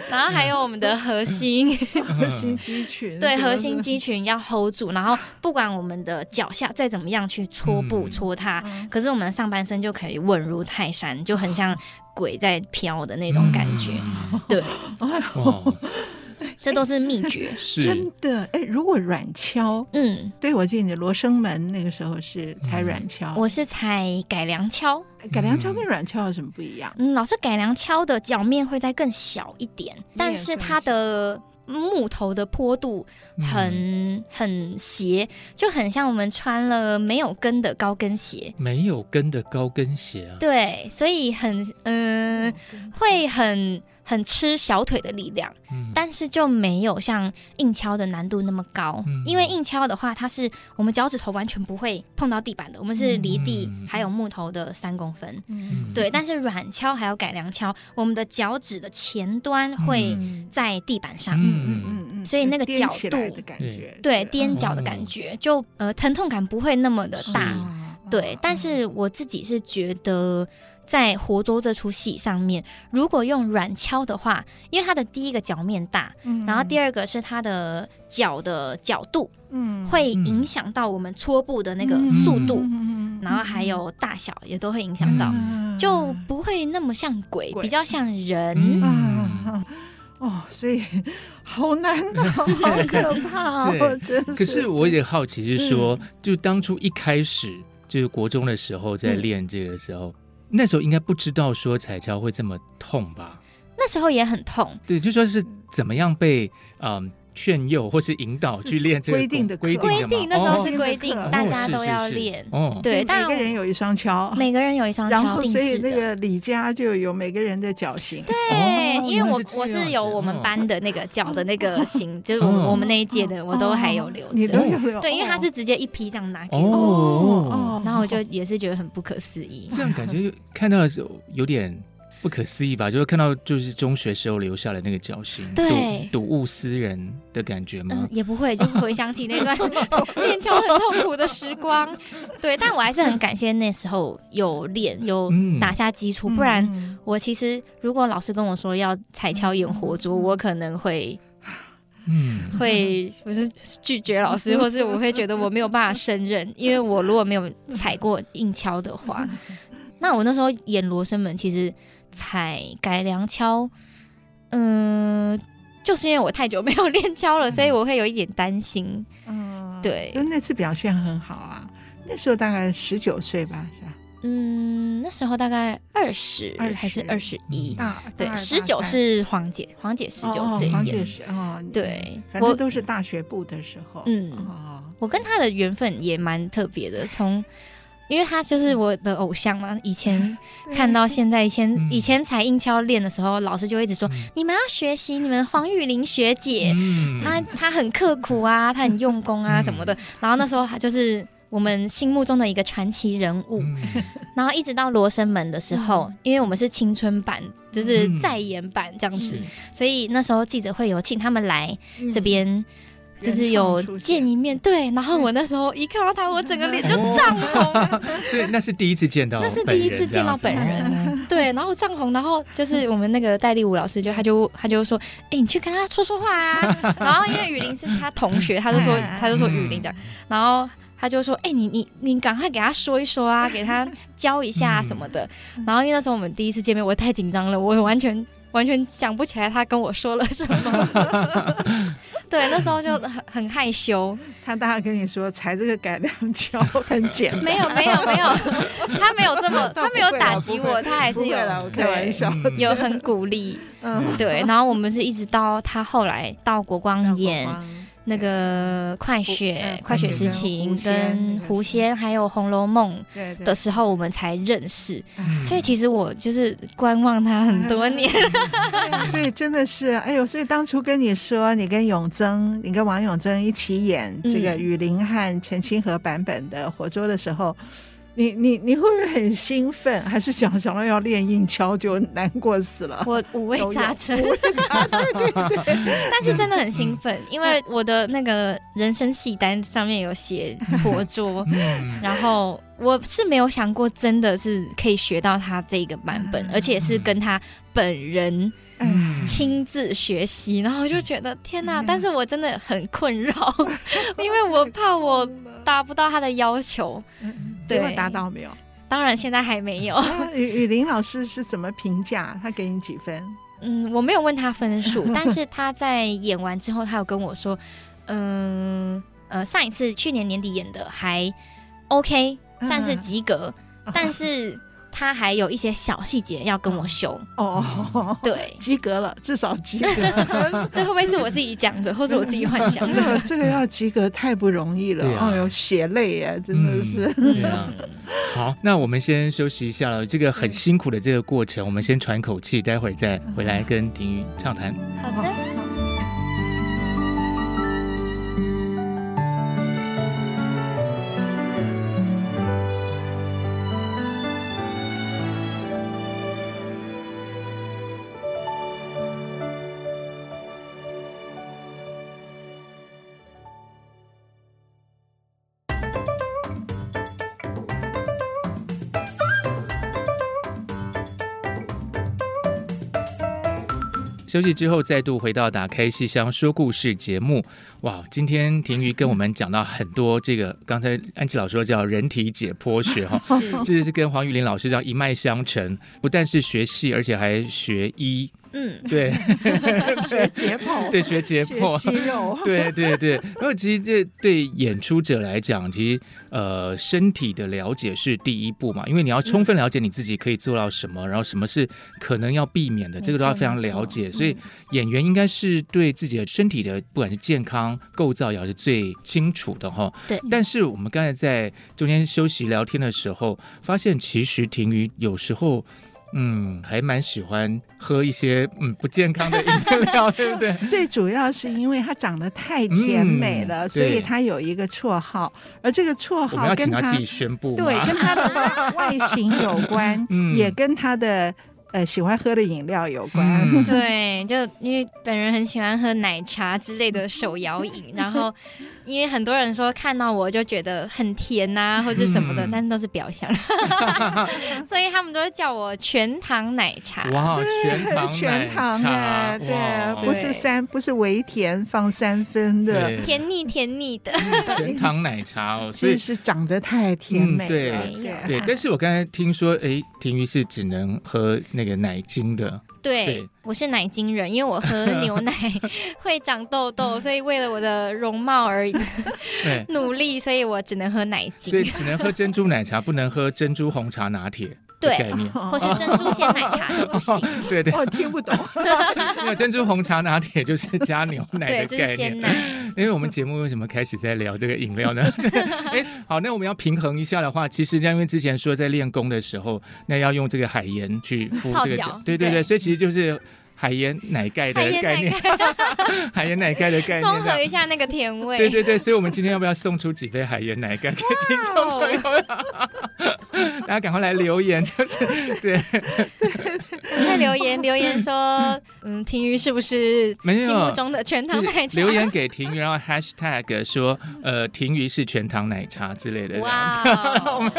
C: 然后还有我们的核
A: 嗯
C: 心，
B: 核心肌群，
C: 对核心肌群要 hold 住，然后不管我们的脚下再怎么样去搓布
A: 嗯
C: 搓它，
B: 嗯
C: 可是我们的上半身就可以稳如泰山，就很像鬼在飘的那种感觉。
A: 嗯
C: 对，
A: 哇，
C: 这都是秘诀。
A: 是
B: 真的哎，如果软敲，
C: 嗯，
B: 对我记得你的罗生门那个时候是
A: 嗯
B: 才软敲，
C: 我是踩改良敲，
B: 改良敲跟软敲有什么不一样？
C: 嗯，老师改良敲的脚面会再更小一点，但是它的木头的坡度
A: 嗯
C: 很、很斜，就很像我们穿了没有跟的高跟鞋。
A: 没有跟的高跟鞋啊，
C: 对，所以很嗯、会很很吃小腿的力量，
A: 嗯
C: 但是就没有像硬敲的难度那么高。
A: 嗯
C: 因为硬敲的话，它是我们脚趾头完全不会碰到地板的，我们是离地
A: 嗯
C: 还有木头的三公分。
A: 嗯
C: 对，但是软敲还有改良敲，我们的脚趾的前端会
B: 嗯
C: 在地板上，
B: 嗯
A: 嗯
B: 嗯嗯，
C: 所以那个
B: 颠
C: 角
B: 起来
C: 度
B: 的感觉，
C: 对
B: 颠
C: 踮脚的感觉，就呃疼痛感不会那么的大。
A: 是
B: 嗯
C: 对，但是我自己是觉得，在《活捉》这出戏上面，如果用软敲的话，因为它的第一个脚面大，然后第二个是它的脚的角度，
B: 嗯
C: 会影响到我们搓布的那个速度，然后还有大小也都会影响到。
B: 嗯
C: 就不会那么像鬼，
B: 鬼
C: 比较像人。
A: 嗯，
B: 啊。哦，所以好难哦， 好可怕哦
A: 对，
B: 真是。
A: 可是我也好奇是说，就当初一开
C: 嗯
A: 始就是国中的时候在练这个时候，那时候应该不知道说彩超会这么痛吧？
C: 那时候也很痛，
A: 对，就说是怎么样被嗯、劝诱或是引导去练这个
B: 规定的课
A: 规定
C: 规
A: 的嘛
C: 定那时候
A: 哦
C: 是规定
B: 哦，
C: 大家都要练。
A: 哦是是是
C: 对，但
B: 每个人有一双敲，
C: 每个人有一双
B: 然
C: 敲
B: 后
C: 定
B: 所以
C: 制
B: 那
C: 的。
B: 个李家就有每个人的脚型，对，
C: 对，
A: 哦
C: 因为
A: 原来
C: 我
A: 是这
C: 我
A: 样
C: 是
A: 子
C: 有我们
A: 哦
C: 班的那个脚的那个型，就是我们
A: 哦
C: 我们那一届的，我都还有留
B: 嗯哦你都
C: 着。
B: 有留，
C: 对，因为他
B: 哦
C: 是直接一批这样拿给
A: 哦
C: 我，
A: 哦，
C: 然后我就也是觉得很不可思议。
A: 这样感觉看到的时候有点。不可思议吧？就是看到就是中学时候留下的那个脚型，
C: 对
A: 睹睹物思人的感觉
C: 嗯
A: 吗，？
C: 也不会，就回想起 那段练球很痛苦的时光。对，但我还是很感谢那时候有练，有
A: 嗯
C: 打下基础，不然我其实如果老师跟我说要
B: 嗯
C: 彩敲演活捉，我可 能会
A: 嗯，
C: 会不是拒绝老师，或是我会觉得我没有办法胜任，因为我如果没有踩过硬敲的话，那我那时候演罗生门，其实踩改良敲，嗯、就是因为我太久没有练敲了，所以我会有一点担心。
B: 嗯，
C: 对
B: 就那次表现很好啊，那时候大概十九岁吧，是吧？
C: 嗯，那时候大概二十
B: 20
C: 还是二十一
A: 嗯，
B: 大哦
C: 对，十九是黄姐，黄姐十九岁
B: 黄
C: 演
B: 姐，是哦，
C: 对
B: 反
C: 我
B: 正都是大学部的时候，
C: 嗯
B: 哦，
C: 我跟他的缘分也蛮特别的，从。因为他就是我的偶像嘛，以前看到现在，以前、
A: 嗯
C: 以前才硬敲练的时候，老师就会一直说、
A: 嗯
C: 你们要学习你们黄玉玲学姐，
A: 嗯
C: 她她很刻苦啊，她很用功啊
A: 嗯
C: 什么的。然后那时候她就是我们心目中的一个传奇人物。
A: 嗯
C: 然后一直到罗生门的时候，因为我们是青春版，就是
A: 嗯
C: 再演版这样子，
A: 是
C: 所以那时候记者会有请他们来这边。就是有
B: 嗯原创出现
C: 见一面，对，然后我那时候一看到他，我整个脸就涨红，
A: 所以那是第一次见到本
C: 那
A: 人这
C: 是
A: 样子，
C: 第一次见到本人， 对，然后涨红，然后就是我们那个戴立武老师就他就他就说，哎，你去跟他说说话啊， 然后因为雨林是他同学，他就说
B: 哎
C: 他就说雨林这样，然后他就说，哎，你你你赶快给他说一说啊，给他教一
B: 嗯
C: 下啊什么的，然后因为那时候我们第一次见面，我太紧张了，我完全完全想不起来他跟我说了什么。 对，那时候就很很害羞，
B: 他大概跟你说，裁这个改良 胶很简单，
C: 没有没有没有，他没有这么，
B: 他
C: 他
B: 不
C: 没
B: 会啦
C: 有打击
B: 不会
C: 我，他还是
B: 不
C: 有
B: 会啦我开玩
C: 对
B: 笑，
A: 嗯
C: 有很鼓励。
B: 嗯，
C: 对，然后我们是一直到他后来到国光演
B: 那我帮
C: 那个快
B: 嗯
C: 雪、
B: 快
C: 快雪
A: 雪跟
C: 时晴
B: 狐仙
C: 跟
B: 那个
C: 狐
B: 是
C: 仙还有《红楼梦
B: 对》对
C: 的时候，我们才认识。
A: 嗯
C: 所以其实我就是观望他很多
B: 嗯
C: 年。
B: 对所以真的是，哎呦，所以当初跟你说，你跟永增，你跟王永增一起演这个
C: 嗯
B: 雨林和陈清河版本的《活捉》的时候，你你你会不会很兴奋？还是想想到要练硬敲就难过死了？
C: 我五味杂陈，
B: 都有
C: 但是真的很兴奋，因
B: 嗯
C: 为我的那个人生戏单上面有写活捉，
A: 嗯，
C: 然后我是没有想过真的是可以学到他这个版本，
B: 嗯
C: 而且是跟他本人
B: 哎，
A: 嗯
C: 亲自学习，然后我就觉得天
B: 嗯
C: 哪！但是我真的很困 扰，因为我怕我达不到他的要求。
B: 嗯
C: 对
B: 结果达到没有？
C: 当然现在还没 有，
B: 那雨雨林老师是怎么评价？他给你几分？
C: 嗯，我没有问他分数， 但是他在演完之后，他有跟我说，嗯呃，上一次去年年底演的还 OK，
B: 嗯哦
C: 算是及格，但是他还有一些小细节要跟我修。
B: 哦，，
C: 对
B: 及格了，至少及 格。
C: 这会不会是我自己讲的，或是我自己幻想
B: 真 的，
C: 的？
B: 这个要及格太不容易了，
A: 对啊
B: 哦哟，血泪耶，真的是。
A: 对
C: 嗯
A: 啊。好，那我们先休息一下了。这个
C: 嗯
A: 很辛苦的这个过程，我们先喘口气，待会儿再回来跟婷瑜畅谈。
C: 嗯好的，
A: 休息之后，再度回到打开戏箱说故事节目。哇，今天婷瑜跟我们讲到很多这个，刚才安琪老师说叫人体解剖学哈，
C: 是
A: 这是跟黄玉玲老师这样一脉相承，不但是学戏，而且还学医，
C: 嗯，
A: 对
B: 学解剖，
A: 对，学解
B: 学
A: 剖。
B: 肌肉，
A: 对对对，然后其实这对演出者来讲，其实呃身体的了解是第一步嘛，因为你要充分了解你自己可以做到什么，然后什么是可能要避免的，这个都要非常了解。所以演员应该是对自己的身体的不管是健康构造也要是最清楚的哈。
C: 对
A: 但是我们刚才在中间休息聊天的时候，发现其实婷瑜有时候。嗯，还蛮喜欢喝一些嗯不健康的饮料，对不对？
B: 最主要是因为它长得太甜美了，
A: 嗯
B: 所以
A: 对
B: 它有一个绰号，而这个绰
A: 我们
B: 号
A: 要
B: 跟
A: 请他
B: 它
A: 自己宣布吗？
B: 对跟它的 外外形有关，
A: 嗯
B: 也跟它的呃喜欢喝的饮料有关。
A: 嗯
C: 对，就因为本人很喜欢喝奶茶之类的手摇饮，然 后因为很多人说看到我就觉得很甜呐、或者什么的，
A: 嗯
C: 但都是表 象，所以他们都叫我全糖奶茶。
A: 哇，全
B: 这
A: 糖
B: 是全糖
A: 奶茶
B: 啊，
A: 哇
B: 对，不是
C: 对
B: 三，不是微甜放三分的，
A: 对嗯
C: 甜腻甜腻 的，
A: 全 糖奶茶哦，所
B: 其
A: 以
B: 实是长得太甜
A: 嗯
B: 美了。
A: 对
C: 没有
B: 对
C: 啊
A: 对。但是我刚才听说，哎，婷瑜是只能喝那个奶精的，
C: 对
A: 对
C: 我是奶精人，因为我喝牛 奶会长痘痘，嗯所以为了我的容貌而
A: 对，
C: 努力，所以我只能喝奶
A: 所以
C: 精，
A: 只能喝珍珠奶茶，不能喝珍珠红茶拿铁的
C: 对
A: 概 念。
C: 或是珍珠鲜 奶茶都不行，
A: 对对，
B: 我哦听不懂，
A: 因为珍珠红茶拿铁就是加牛奶
C: 对，
A: 的
C: 就
A: 概
C: 是鲜
A: 念。
C: 奶。
A: 因为我们节目为什么开始在聊这个饮料呢？ 哎，好，那我们要平衡一下的话，其实因为之前说在练功的时候，那要用这个海盐去敷
C: 泡
A: 这个
C: 脚
A: 脚，对对对，
C: 对
A: 所以其实就是海盐奶盖的
C: 海 盐
A: 概
C: 奶
A: 念，海盐奶盖的概念，
C: 综
A: 这
C: 合
A: 样
C: 一下那个甜味。
A: 对对对，所以我们今天要不要送出几杯海盐奶盖给听众朋友？大家赶快来留言，就是 对，
C: 在留言留言说， 嗯，婷瑜是不是
A: 没有
C: 心目中的全糖
A: 就
C: 奶
A: 是
C: 茶？
A: 留言给婷瑜，然后 hashtag 说，呃，婷瑜是全糖奶茶之类的这样子。
C: 哇，哦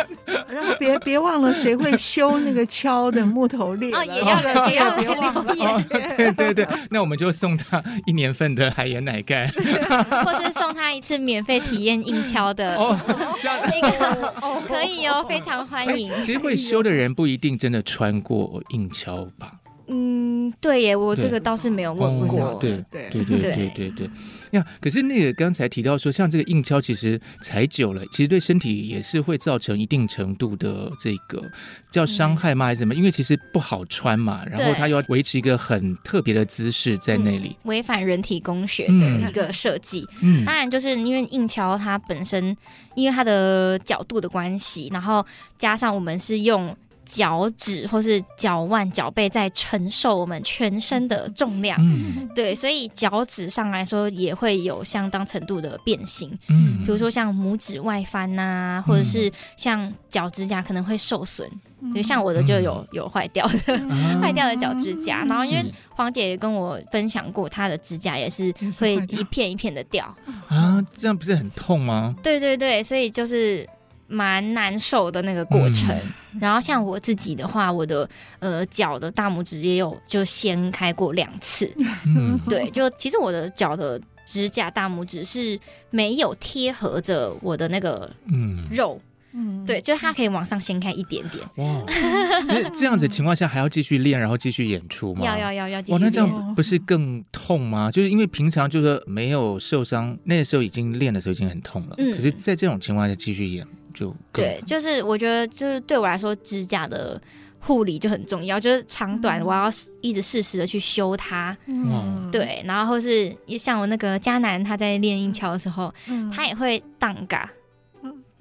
B: 然后别别忘了谁会修那个敲的木头裂了
C: 哦，也要
B: 这个
C: 来也要来
B: 别忘了
C: 留言，
A: 对对对，那我们就送他一年份的海盐奶盖
C: 或是送他一次免费体验硬敲的。
A: 哦。
C: 那个可以哦，非常欢迎。
A: 其实会修的人不一定真的穿过硬敲吧？
C: 嗯，对耶，我这个倒是没有问
A: 哦
C: 过。
A: 对
B: 对
A: 对对对
C: 对
A: 对对。呀，可是那个刚才提到说，像这个硬敲，其实踩久了，其实对身体也是会造成一定程度的这个叫伤害吗？还是什么？因为其实不好穿嘛，然后
C: 对
A: 它又要维持一个很特别的姿势在那里。
C: 嗯违反人体工学的一个设计，
A: 嗯
C: 当然就是因为硬桥它本身，因为它的角度的关系，然后加上我们是用脚趾或是脚腕、脚背在承受我们全身的重量。
A: 嗯
C: 对，所以脚趾上来说也会有相当程度的变形，
A: 嗯，
C: 比如说像拇指外翻呐、或者是像脚指甲可能会受损，
B: 嗯
C: 比如像我的就
A: 嗯
C: 有有坏掉的、
A: 啊
C: 坏掉的脚指
A: 嗯
C: 甲，然后因为
A: 是
C: 黄姐也跟我分享过，她的指甲也是
B: 也是
C: 会
B: 坏掉
C: 一片一片的掉。
A: 啊，这样不是很痛吗？
C: 对对对，所以就是蛮难受的那个过
A: 嗯
C: 程。然后像我自己的话，我的呃脚的大拇指也有就掀开过两次。
A: 嗯，
C: 对，就其实我的脚的指甲大拇指是没有贴合着我的那个
A: 嗯，
C: 肉，
B: 嗯
C: 对，就是它可以往上掀开一点点。
A: 哇，那这样子情况下还要继续练，然后继续演出吗？
C: 要要要要继续
A: 哇，那
C: 练。
A: 这样不是更痛吗？就是因为平常就是没有受伤，那个时候已经练的时候已经很痛了，
C: 嗯
A: 可是在这种情况下继续演就更
C: 对，就是我觉得就是对我来说，指甲的护理就很重要，就是长短
B: 嗯
C: 我要一直适时的去修它。
A: 哇
B: 嗯，
C: 对，然后或是也像我那个迦南，他在练音桥的时候，
B: 嗯，
C: 他也会荡嘎，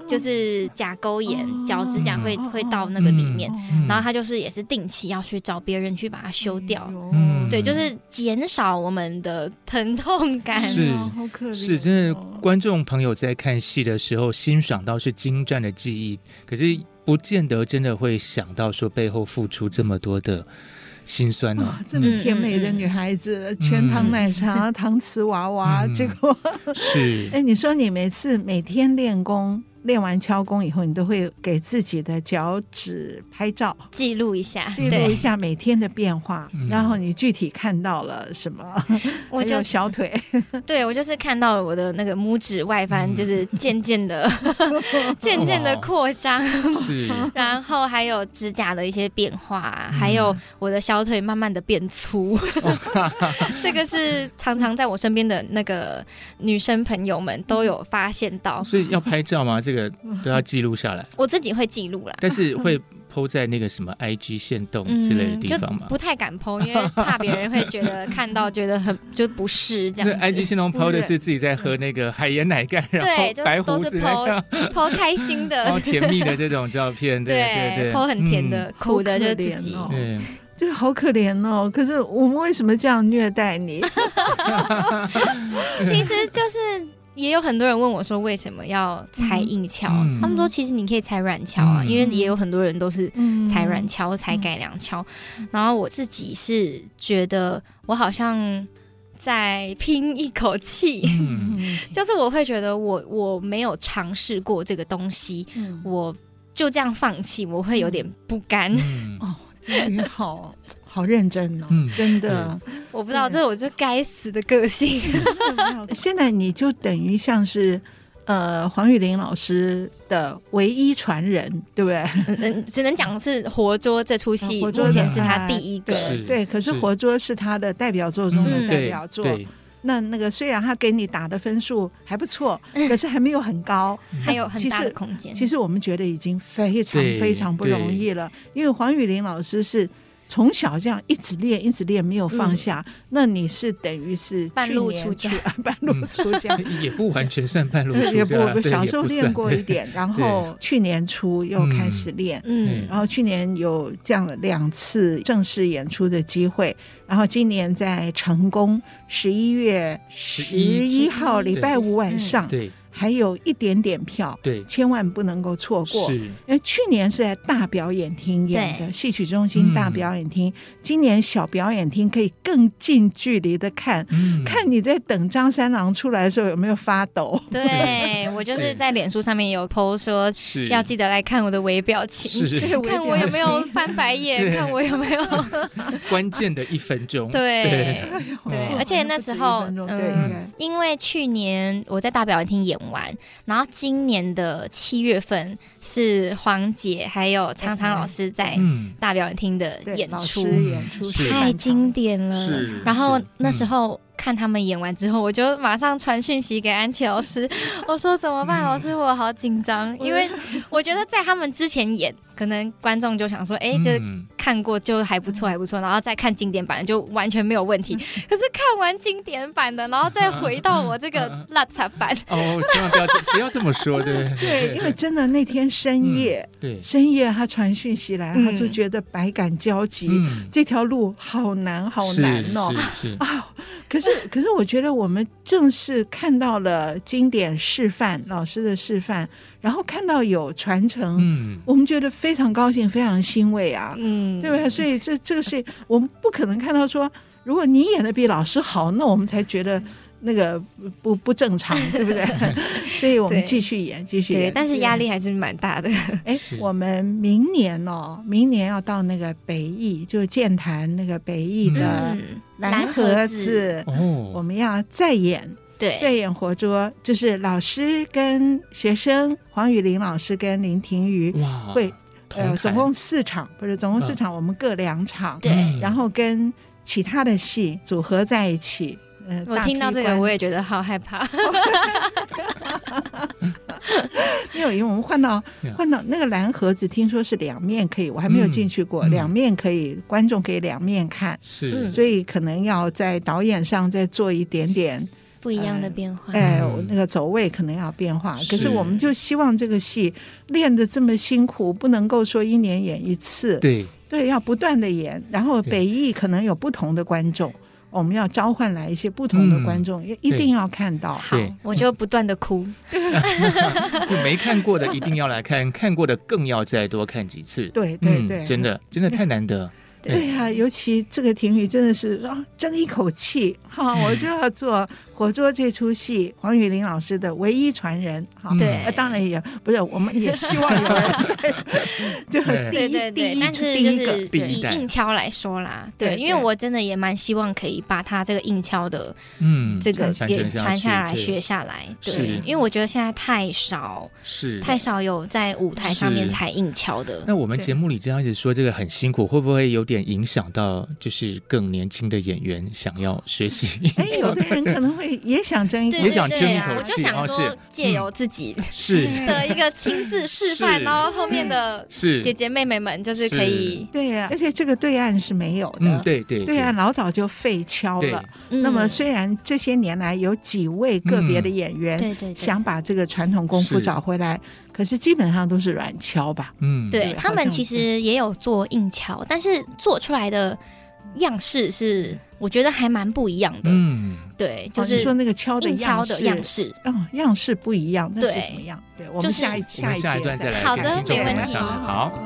C: 就是甲沟炎，
B: 哦
C: 脚趾甲会
B: 嗯
C: 会到那个里面，
A: 嗯
C: 然后他就是也是定期要去找别人去把它修
B: 哎
C: 掉。
A: 嗯
C: 对，就是减少我们的疼痛感。
A: 是
B: 哎好可怜哦，
A: 是，真的，观众朋友在看戏的时候欣赏到是精湛的技艺，可是不见得真的会想到说背后付出这么多的辛酸呢、嗯
B: 哇，这么
C: 嗯
B: 甜美的女孩子，全糖奶茶、 糖瓷娃娃，
A: 嗯
B: 结果，
A: 是，
B: 哎，你说你每次每天练功，练完敲功以后，你都会给自己的脚趾拍照，
C: 记录一下，
B: 记录一哎
C: 对
B: 下每天的变化
A: 嗯，
B: 然后你具体看到了什么？
C: 我
B: 还
C: 就
B: 有小腿，
C: 对我就是看到了我的那个拇指外翻，
A: 嗯
C: 就是渐 渐的、渐渐的
A: 哇
C: 扩张，
A: 是，
C: 然后还有指甲的一些变化啊，还有
A: 嗯
C: 我的小腿慢慢的变 粗，这个是常常在我身边的那个女生朋友们都有发现到，
A: 所以要拍照吗？这个都要记录下来，
C: 我自己会记录啦。
A: 但是 会剖在那个什么 IG 线动之类的地
C: 嗯就
A: 方吗？
C: 不太敢剖，因为怕别人会觉得看到觉得很 就不适这
A: 那
C: 样
A: IG
C: 子。嗯
A: 线动剖的哎是自己在喝那个海盐奶盖，然
C: 对
A: 后
C: 就
A: 白
C: 都
A: 胡
C: 是
A: 子那
C: 剖
A: 样，
C: 剖开心
A: 然后哦
C: 的，
A: 甜蜜 的这种照片，对对对，
C: 剖很甜的，苦的就是
B: 好可
C: 自
B: 怜
C: 己。
B: 哦
A: 嗯，对。
B: 对，好可怜哦。可是我们为什么这样虐待你？
C: 其实就是也有很多人问我说，为什么要裁硬桥？啊
A: 嗯
C: 他们说，其实你可以裁软桥啊，
A: 嗯
C: 因为也有很多人都是
B: 嗯
C: 裁软桥、裁改良桥。然后我自己是觉得，我好像在拼一口 气，
A: 嗯
C: 就是我会觉得我我没有尝试过这个东西，
B: 嗯
C: 我就这样放弃，我会有点不甘。
A: 嗯
B: 你好好认真哦，
A: 嗯
B: 真的。
C: 我不知道，
B: 对
C: 这我就该死的个
A: 嗯
C: 性。
B: 现在你就等于像是呃黄玉玲老师的唯一传人，对不对？
C: 嗯 嗯，只能讲是活捉这出戏，
B: 活
C: 目
B: 捉
C: 前
B: 的
C: 是他
B: 哎
C: 第一个。
A: 是
B: 对，可是
A: 是
B: 活捉是他的代表作中
C: 嗯
B: 的代
A: 对
B: 表作。
A: 对，
B: 那那个虽然他给你打的分数还不 错，可是还没有很高。
C: 还有很
B: 嗯其
C: 大的
B: 实
C: 空间。
B: 其实我们觉得已经非常
A: 对
B: 非常不容易了，因为黄雨玲老师是从小这样一直练，一直练，没有放下。那你是等于是
C: 嗯半
B: 去
C: 路
B: 年
C: 出家
B: 出， 半路出家。
A: 也不完全算半路
B: 也
A: 出
B: 不，
A: 家啦，
B: 我
A: 对
B: 小
A: 也
B: 时候
A: 不
B: 练
A: 算
B: 过
A: 对
B: 一点，然后去年初又开始练，
C: 嗯
A: 嗯
B: 然后去年有这样的两次正式演出的机会，然后今年在成功十一月十一号
C: 对
B: 礼拜五晚上，
A: 对
B: 还有一点点票，
A: 对
B: 千万不能够错过。
A: 是
B: 因为去年是在大表演厅演的，
C: 对
B: 戏曲中心
A: 嗯
B: 大表演厅，今年小表演厅可以更近距离的看，
A: 嗯
B: 看你在等张三郎出来的时候有没有发抖。
C: 对我就是在脸书上面有 PO 说
A: 是
C: 要记得来看我的微表情，
A: 是
B: 对
C: 看我有没有翻白眼，
A: 对
C: 看我有没有
A: 关键的一分钟，
C: 对。对
A: 哦，
C: 而且那时候，
B: 不止一分钟对应
C: 嗯
B: 该，
C: 因为去年我在大表演厅演完，然后今年的七月份是黄姐还有常常老师在
A: 嗯
C: 大表演厅的
B: 对
C: 演
B: 老
C: 出，
B: 师演出
A: 是
B: 示范
C: 太
B: 场
C: 经典了。
A: 是
C: 然后
A: 是
C: 那时候看他们演完之后，我就马上传讯息给安琪老师，我说怎么办？老师，我好紧张，因为我觉得在他们之前演，可能观众就想说，哎、这
A: 嗯
C: 看过就还不错，还不错，然后再看经典版的就完全没有问题。可是看完经典版的，然后再回到我这个辣茶版，
A: 哦，千万不要这不要这么说，对
B: 对，因为真的那天深夜，
A: 对，
B: 深夜他传讯息来，
C: 嗯
B: 他就觉得百感交集，
A: 嗯，
B: 这条路好难好难哦。
A: 是是是
B: 可是，可是我觉得我们正是看到了经典示范老师的示范，然后看到有传承，
A: 嗯，
B: 我们觉得非常高兴，非常欣慰啊，
C: 嗯，
B: 对不对？所以这这个是我们不可能看到说，如果你演的比老师好，那我们才觉得。那个不不正常，对不对？ 所以我们
C: 对
B: 继续演，继续
C: 对，
B: 演。
C: 但是
B: 继续
C: 压
B: 演
C: 力还是蛮大的。
B: 哎
A: 是，
B: 我们明年哦，明年要到那个北艺，就是剑潭那个北艺的
C: 嗯，
B: 蓝盒子，我
A: 哦，
B: 们要再演再
C: 对，
B: 演活捉，就是老师跟学生黄雨玲老师跟林庭瑜，
A: 哇，
B: 会
A: 同
B: 呃，
A: 台
B: 总共四场，不是总共四场，我们各两场，
C: 对
A: 嗯
B: 然后跟其他的戏组合在一起。呃
C: 我
B: 大
C: 听到
B: 批
C: 这个
B: 观
C: 我也觉得好害怕。
B: 没有，因为我们换到
A: Yeah.
B: 换到那个蓝盒子，听说是两面可以，我还没有进去过，
A: 嗯嗯
B: 两面可以，观众可以两面看，
A: 是，
C: 嗯
B: 所以可能要在导演上再做一点点，
C: 不一样的变化。
B: 哎、
A: 嗯
B: 我那个走位可能要变化。
A: 是
B: 可是我们就希望这个戏练得这么辛苦，不能够说一年演一次，
A: 对，
B: 对要不断的演。然后北艺可能有不同的观众，我们要召唤来一些不同
A: 嗯
B: 的观众，也一定要看到。
C: 好
A: 对，
C: 我就不断的哭。
A: 就没看过的一定要来看，看过的更要再多看几次。
B: 对对对，
A: 嗯，真。的哎真的太难得。
B: 对呀、尤其这个婷宇真的是啊，争一口气哈、
A: 嗯
B: 我就要做《活捉》这出戏，黄雨玲老师的唯一传人哈。
A: 嗯
C: 对
B: 呃，当然也不是，我们也希望有人在， 就第
C: 对
B: 一
C: 对对，
B: 第一
C: 但是
B: 第
C: 就
B: 一个
C: 是
A: 第一
C: 以
A: 代
C: 硬敲来说啦，
B: 对
C: 对，
B: 对
C: 因为我真的也蛮希望可以把他这个硬敲的
A: 嗯，
C: 这个
A: 传
C: 给
A: 承下
C: 传
A: 去
C: 下来、
A: 对
C: 学下来，
A: 是
C: 对，因为我觉得现在太少
A: 是
C: 太少有在舞台上面
A: 是嗯
C: 才硬敲的。
A: 那我们节目里这样子说这个很辛苦，会不会有点影响到就是更年轻的演员想要学习？
B: 哎，有的人可能会也想争一口
C: 对
B: 气，
A: 也
C: 对
A: 想争
C: 对
A: 一
C: 啊，
A: 口
C: 我就
A: 气
C: 想
A: 哦
C: 说
A: 是
C: 借由自己
A: 是
B: 啊
C: 的一个亲自示范，
A: 是
C: 然后后面的
A: 是
C: 姐姐妹妹们就是可以，
B: 对呀、而且这个对岸是没有的，
A: 嗯，对对
B: 对岸老早就废敲
A: 对
B: 了。
C: 嗯
B: 那么虽然这些年来有几位个别的
A: 嗯
B: 演员、
C: 对对对。
B: 想把这个传统功夫
A: 是
B: 找回来，可是基本上都是软敲吧。
A: 嗯
C: 对
B: 对
C: 他
B: 好
C: 们
B: 像
C: 其实也有做硬桥，但是做出来的样式是我觉得还蛮不一样的。
A: 嗯
C: 对，
B: 哦
C: 就
B: 你
C: 是
B: 说那个敲的
C: 硬桥
B: 样
C: 的
B: 式，
C: 样式。
B: 哦，样式不一样，那
C: 对
B: 是怎么样？对，我们
C: 就是
B: 下一
A: 我们下一
B: 节
A: 段再来
C: 好
A: 跟
C: 的
A: 听众
C: 没
A: 朋友
C: 问题
A: 讲。好，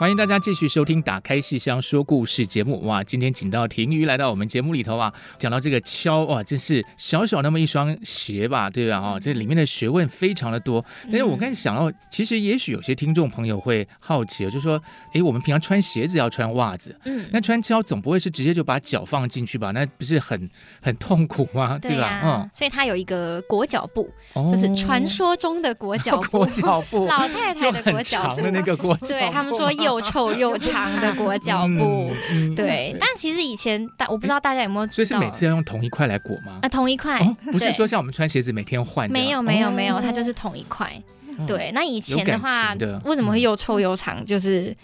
A: 欢迎大家继续收听《打开戏箱说故事》节目。哇，今天请到婷瑜来到我们节目里头啊，讲到这个敲哇，真是小小那么一双鞋吧，对吧？哦，这里面的学问非常的多。但是我刚才想到，其实也许有些听众朋友会好奇，哦就是说，诶，我们平常穿鞋子要穿袜子，
C: 嗯，
A: 那穿敲总不会是直接就把脚放进去吧？那不是很很痛苦吗？
C: 对
A: 吧？哦
C: 呀，所以它有一个裹脚布，
A: 嗯，
C: 就是传说中的裹脚
A: 哦
C: 布，
A: 裹脚布，
C: 老太太
A: 就
C: 的裹
A: 很
C: 脚
A: 长
C: 布
A: 的。那个裹脚布，
C: 对他们说又臭又长的裹脚布，
A: 嗯，嗯
C: 对。但其实以前大我不知道大家有没
A: 所
C: 有知
A: 以是
C: 道，
A: 每次要用同一块来裹吗
C: 啊？同一块
A: 哦，，不是
C: 对
A: 说像我们穿鞋子每天换这样，
C: 没有没有没有，
A: 哦
C: 它就是同一块。
A: 哦
C: 对，那以前的话
A: 有感情的，嗯
C: 为什么会又臭又长？就是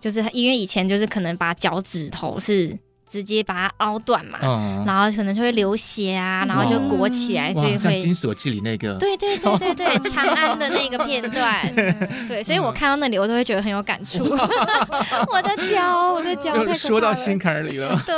C: 就是因为以前就是可能把脚趾头是直接把它凹断嘛，
A: 嗯，
C: 然后可能就会流血啊，然后就裹起来，所以
A: 哇，像
C: 会
A: 《金锁记》里那个，
C: 对对对对对，长安的那个片 段，对，所以
A: 嗯
C: 我看到那里我都会觉得很有感触。我的脚，我的脚，太可怕
A: 又
C: 了
A: 说到心坎儿里 了。
C: 对，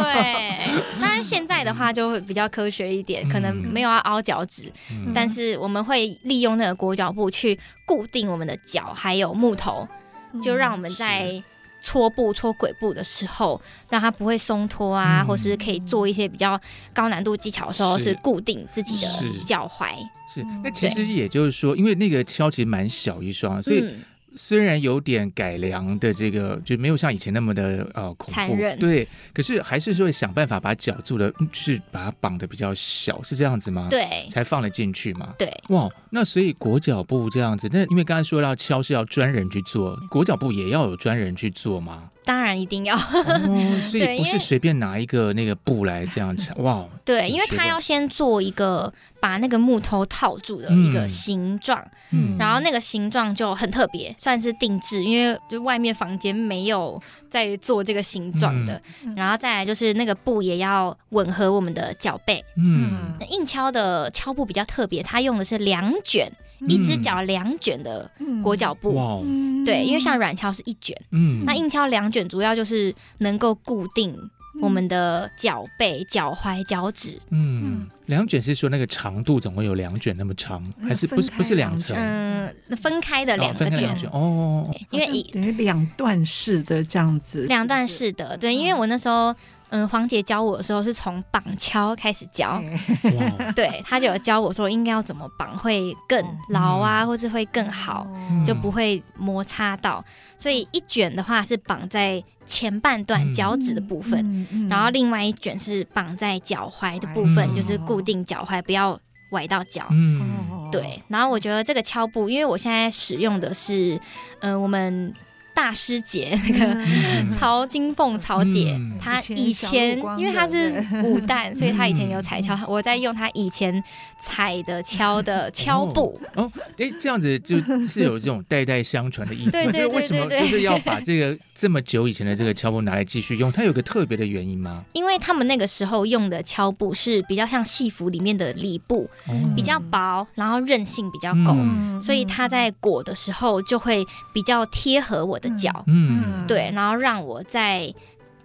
C: 当然现在的话就会比较科学一点，可能
A: 嗯
C: 没有要凹脚趾，
A: 嗯
C: 但是我们会利用那个裹脚布去固定我们的脚，还有木头，
A: 嗯
C: 就让我们在搓布、搓鬼布的时候，让它不会松脱啊，
A: 嗯
C: 或是可以做一些比较高难度技巧的时候，
A: 是
C: 是固定自己
A: 是
C: 的脚踝。嗯
A: 是，那其实也就是说，因为那个敲其实蛮小一双，所以
C: 嗯、
A: 虽然有点改良的这个，就没有像以前那么的呃恐怖，
C: 残忍
A: 对，可是还是会想办法把脚做的，嗯就是把它绑的比较小，是这样子吗？，
C: 对
A: 才放得进去嘛。
C: 对，
A: 哇，那所以裹脚布这样子，那因为刚才说到敲是要专人去做，裹脚布也要有专人去做吗？
C: 当然一定要
A: 哦，所
C: 嗯对
A: 以不
C: 因
A: 是
C: 为
A: 随便拿一个那个布来这样敲。哇，
C: 对，因为
A: 学
C: 他
A: 过
C: 要先做一个把那个木头套住的一个
A: 嗯
C: 形状，
A: 嗯，
C: 然后那个形状就很特别，算是定制，因为就外面房间没有在做这个形状的。
B: 嗯
C: 然后再来就是那个布也要吻合我们的脚背。
A: 嗯，
C: 硬敲的敲布比较特别，它用的是两卷，
B: 嗯
C: 一只脚两卷的裹脚布。
A: 哇，
B: 嗯
C: 对，因为像软敲是一卷，
A: 嗯，
C: 那硬敲两卷主要就是能够固定我们的脚背、脚踝、脚趾。
A: 嗯，两卷是说那个长度总共有两卷那么长，
B: 嗯
A: 还是
B: 分
A: 不是不是
B: 开
A: 两
B: 两
A: 层？
C: 嗯，分开的
A: 哦
C: 两个
A: 分开
C: 卷
A: 两，卷哦，
C: 对因为一
B: 等于两段式的这样子，
C: 两段
B: 是嗯
C: 式的，对，因为我那时候，嗯，黄姐教我的时候是从绑敲开始教
B: 不，是，
A: 哦哇，
C: 对，她就有教我说应该要怎么绑会更
B: 嗯
C: 牢啊，或是会更好，
B: 哦
A: 嗯
C: 就不会摩擦到。所以一卷的话是绑在前半段
A: 嗯
C: 脚趾的部分，
B: 嗯，嗯
C: 然后另外一卷是绑在脚踝的部
A: 嗯
C: 分，就是
B: 哦
C: 固定脚踝，不要崴到脚。
A: 嗯，
C: 对，，然后我觉得这个敲布，因为我现在使用的是，嗯、我们大师姐那个
A: 嗯
C: 曹金凤曹姐
A: 嗯，
C: 她
B: 以
C: 以
B: 前小
C: 前
B: 陆光
C: 因为她是
B: 有
C: 武旦，所以她以前有彩敲
A: 嗯，
C: 我在用她以前采的 敲的敲布，
A: 哦，哎，这样子就是有这种代代相传的意思。
C: 对对
A: 就是为什么
C: 对对对
A: 就是要把这个这么久以前的这个敲布拿来继续用？它有个特别的原因吗？
C: 因为他们那个时候用的敲布是比较像戏服里面的里布，
A: 哦
C: 比较薄，然后韧性比较够，
A: 嗯
C: 所以她在裹的时候就会比较贴合我的脚，
A: 嗯
C: 对，然后让我在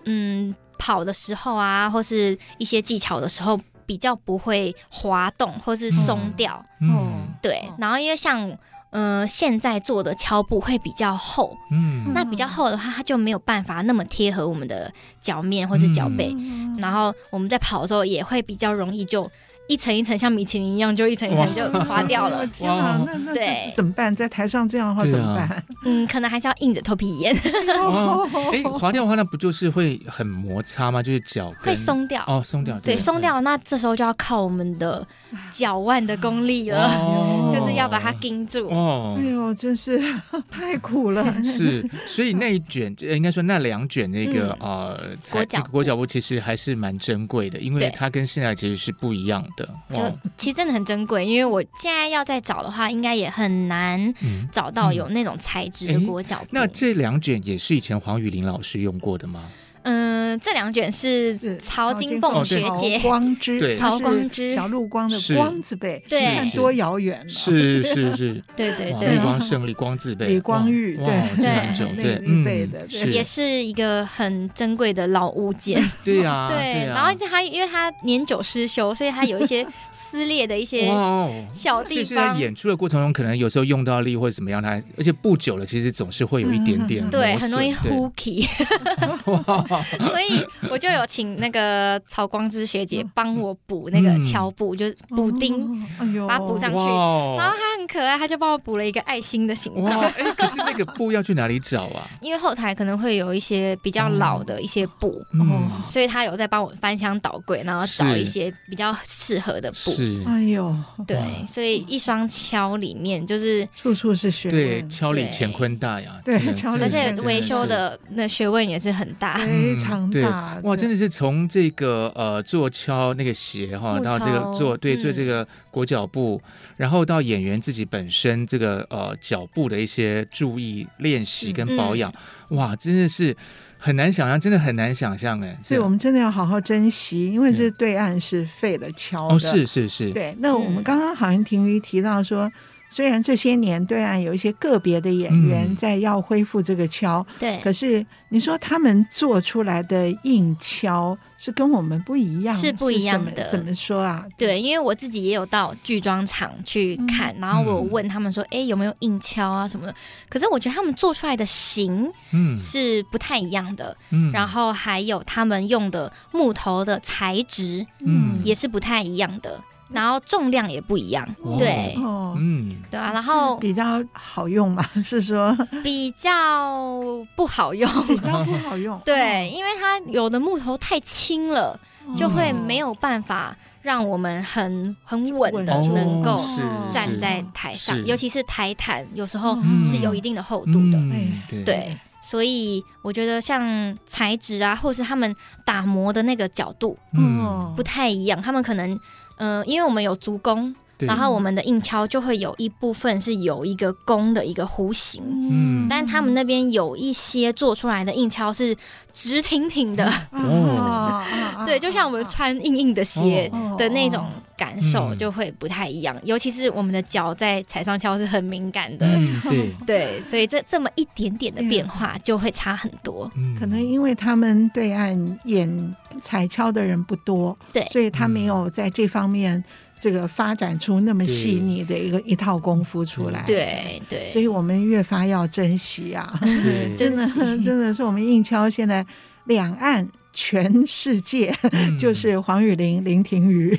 C: 嗯跑的时候啊，或是一些技巧的时候。比较不会滑动或是松
B: 嗯
C: 掉，
A: 嗯
C: 对
B: 哦，
C: 然后因为像呃现在做的敲布会比较厚，
A: 嗯，
C: 那比较厚的话，它就没有办法那么贴合我们的脚面或是脚背，
B: 嗯
C: 然后我们在跑的时候也会比较容易就一层一层像米其林一样就一层一层就滑 掉了，
B: 嗯天哪
A: 哇，哦
B: 那那
C: 对
B: 这怎么办？在台上这样的话
A: 对啊
B: 怎么办？
C: 嗯，可能还是要硬着头皮演，
A: 哦，哎，滑掉的话，那不就是会很摩擦吗？就是脚
C: 会
A: 跟
C: 松掉。
A: 哦，松掉，
C: 对，松掉，那这时候就要靠我们的脚腕的功力了，
A: 哦
C: 就是要把它盯住。
A: 哦
B: 哎。呦，真是 太苦了。
A: 是，所以那一卷，呃，应该说那两卷那个
C: 嗯
A: 呃，
C: 裹
A: 才
C: 脚
A: 那个裹脚布其实还是蛮珍贵的，因为
C: 对
A: 它跟现在其实是不一样的。
C: 就
A: 哇，
C: 其实真的很珍贵，因为我现在要再找的话，应该也很难
A: 嗯，
C: 找到有那种材质的
A: 诶
C: 裹脚布。
A: 那这两卷也是以前黄雨玲老师用过的吗？
C: 嗯，这两卷是
B: 是
C: 曹金凤学
A: 哦
B: 曹哦
C: 姐，
B: 光之，
A: 对
B: 她
C: 曹
B: 是
C: 光之
B: 小陆光的
A: 是
B: 光字辈，
C: 对
B: 你看多遥远哦了。
A: 是是 是，
C: 对对
A: 啊哇
C: 哎对
A: 李，光胜、李光字辈、
B: 李光
A: 哇
B: 裕
A: 哇，
B: 对
A: 这很久，
B: 对
A: 对，
B: 那一辈的
A: 嗯，
B: 对
A: 是
C: 也是一个很珍贵的老物件。
A: 啊对呀，
C: 对，
A: 呀
C: 然后他因为他年久失修，所以他有一些撕裂的一些
A: 哇哦。
C: 小
A: 所以
C: 地
A: 是在
C: 方。
A: 演出的过程中，可能有时候用到力或者怎么样，它而且不久了，其实总是会有一点点
B: 嗯
C: 对，
A: 磨
C: 很容易
A: 损对
C: hooky，所以我就有请那个曹光之学姐帮我补那个
A: 嗯
C: 敲布，就是
B: 哦
C: 补丁，，
B: 哎呦，
C: 把它补上去
A: 哇哦
C: 然后她很可爱，她就帮我补了一个爱心的形
A: 哇，
C: 状，
A: 哎、可是那个布要去哪里找啊？
C: 因为后台可能会有一些比较老的一些布，
A: 嗯
B: 哦，
C: 所以他有在帮我翻箱倒柜，然后找
A: 是
C: 一些比较适合的布。
A: 是，
B: 哎呦，
C: 对，所以一双敲里面就是，
B: 处处是学
A: 对，
B: 问，
A: 敲里
C: 嗯对
A: 乾坤大呀，
B: 对
A: 这个
B: 敲里
C: 而
B: 对
C: 且
B: 乾坤
C: 维修的那学问也是很大。
B: 非常
C: 啊
B: 大，
A: 嗯哇，真
B: 的
A: 的是从这个呃做敲那个鞋哈，
C: 木
A: 到这个
C: 头
A: 做对
C: 嗯
A: 做这个裹脚布，然后到演员自己本身这个呃脚步的一些注意练习跟保
C: 嗯
A: 养，哇，真的是很难想象，真的很难想象哎。
B: 所以我们真的要好好珍惜，因为这对岸是废了敲
A: 嗯
B: 的。
A: 哦是是是，
B: 对，那我
C: 嗯
B: 们刚刚好像婷瑜提到说，虽然这些年对岸有一些个别的演员
A: 嗯
B: 在要恢复这个敲，
C: 对，
B: 可是你说他们做出来的硬敲是跟我们不一样，
C: 是不一样的
B: 是什么怎么说啊？
C: 对，因为我自己也有到剧装厂去
B: 嗯
C: 看，然后我有
A: 嗯
C: 问他们说，哎、有没有硬敲啊什么的？可是我觉得他们做出来的型
A: 嗯
C: 是不太一样的，
A: 嗯
C: 然后还有他们用的木头的材质
A: 嗯
C: 也是不太一样的。
B: 嗯
C: 然后重量也不一样，
A: 哦
C: 对
B: 哦，
A: 嗯，
C: 对啊，然
B: 是
C: 后
B: 比较好用嘛， 是说
C: 比较不好用。
B: 比较不好用，
C: 对，因为它有的木头太轻了，
B: 哦
C: 就会没有办法让我们很很稳的
B: 哦
C: 能够
B: 哦
A: 是
C: 站
A: 是
C: 在台上
A: 是，
C: 尤其是台毯，有时候
B: 嗯
C: 是有一定的厚度的。哎
A: 嗯对
C: 对，所以我觉得像材质啊，或是他们打磨的那个角度
A: 嗯，
C: 不太一样，他们可能。嗯、因为我们有足弓，
A: 对
C: 然后我们的硬敲就会有一部分是有一个弓的一个弧形，
A: 嗯
C: 但他们那边有一些做出来的硬敲是直挺挺的，
A: 哦
B: 哦
C: 嗯对，就像我们穿硬硬的鞋
B: 哦
C: 的那种感受
A: 嗯
C: 就会不太一样，尤其是我们的脚在踩上敲是很敏感的，
A: 嗯 对，
C: 对，所以这这么一点点的变
B: 嗯
C: 化就会差很多，
A: 嗯
B: 可能因为他们对岸演彩敲的人不多，
C: 对
B: 所以他没有在这方面这个发展出那么细腻的一个一套功夫出来。，
C: 对对，
B: 所以我们越发要珍惜啊！
A: 对
B: 真的，真的是我们硬敲现在两岸全世界
A: 嗯
B: 就是黄雨玲、林庭瑜，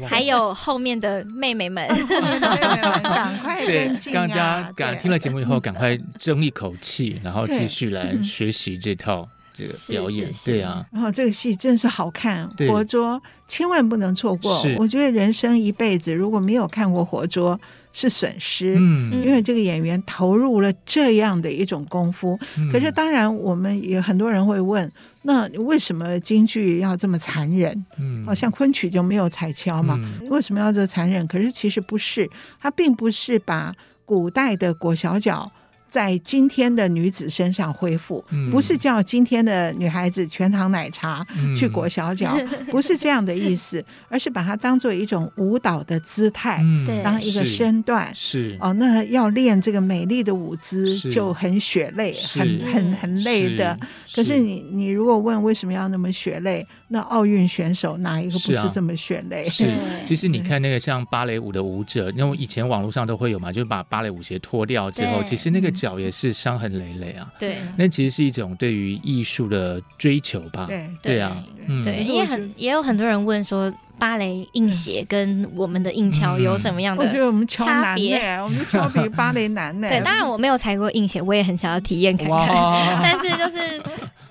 A: 哇
C: 还有后面的妹妹们，
B: 嗯赶快
A: 对
B: 跟，进
A: 让大
B: 啊！
A: 家赶听了节目以后，赶快争一口气，然后继续来
B: 嗯
A: 学习这套这个
C: 是
A: 表
C: 是
A: 演。
C: 是
A: 对啊，
B: 然后哦这个戏真是好看，
A: 对
B: 《活捉》千万不能错过
A: 是。
B: 我觉得人生一辈子如果没有看过《活捉》，是损失。
A: 嗯，
B: 因为这个演员投入了这样的一种功夫，
A: 嗯
B: 可是当然，我们也很多人会问，那为什么京剧要这么残忍？
A: 嗯
B: 啊好像昆曲就没有彩敲嘛，
A: 嗯
B: 为什么要这残忍？可是其实不是，它并不是把古代的裹小脚在今天的女子身上恢复，
A: 嗯
B: 不是叫今天的女孩子全糖奶茶
A: 嗯
B: 去裹 小脚，不是这样的意思，而是把它当做一种舞蹈的姿态，
A: 嗯
C: 对
B: 当一个
A: 是
B: 身段。
A: 是
B: 哦，那要练这个美丽的舞姿
A: 是
B: 就很血泪，
A: 是
B: 很很很累的。，可是你你如果问为什么要那么血泪，那奥运选手哪一个不
A: 是啊
B: 是这么血泪？
A: 是啊
C: 对，
A: 其实你看那个像芭蕾舞的舞者，因为以前网络上都会有嘛，就是把芭蕾舞鞋脱掉之后，
C: 对
A: 其实那个
B: 嗯
A: 脚也是伤痕累累啊。
C: 对
A: 那其实是一种对于艺术的追求吧。
B: 对
A: 对啊，嗯，
C: 对，
B: 可是
C: 因为
B: 我觉嗯
C: 很也有很多人问说，芭蕾硬鞋跟我们的硬桥有什么样
B: 我
C: 的
B: 觉得我们敲
C: 差
B: 难呢、
C: 别
B: 我们敲比芭蕾难呢、
C: 对，当然我没有踩过硬鞋，我也很想要体验看看。
A: 哇，
C: 但是就是，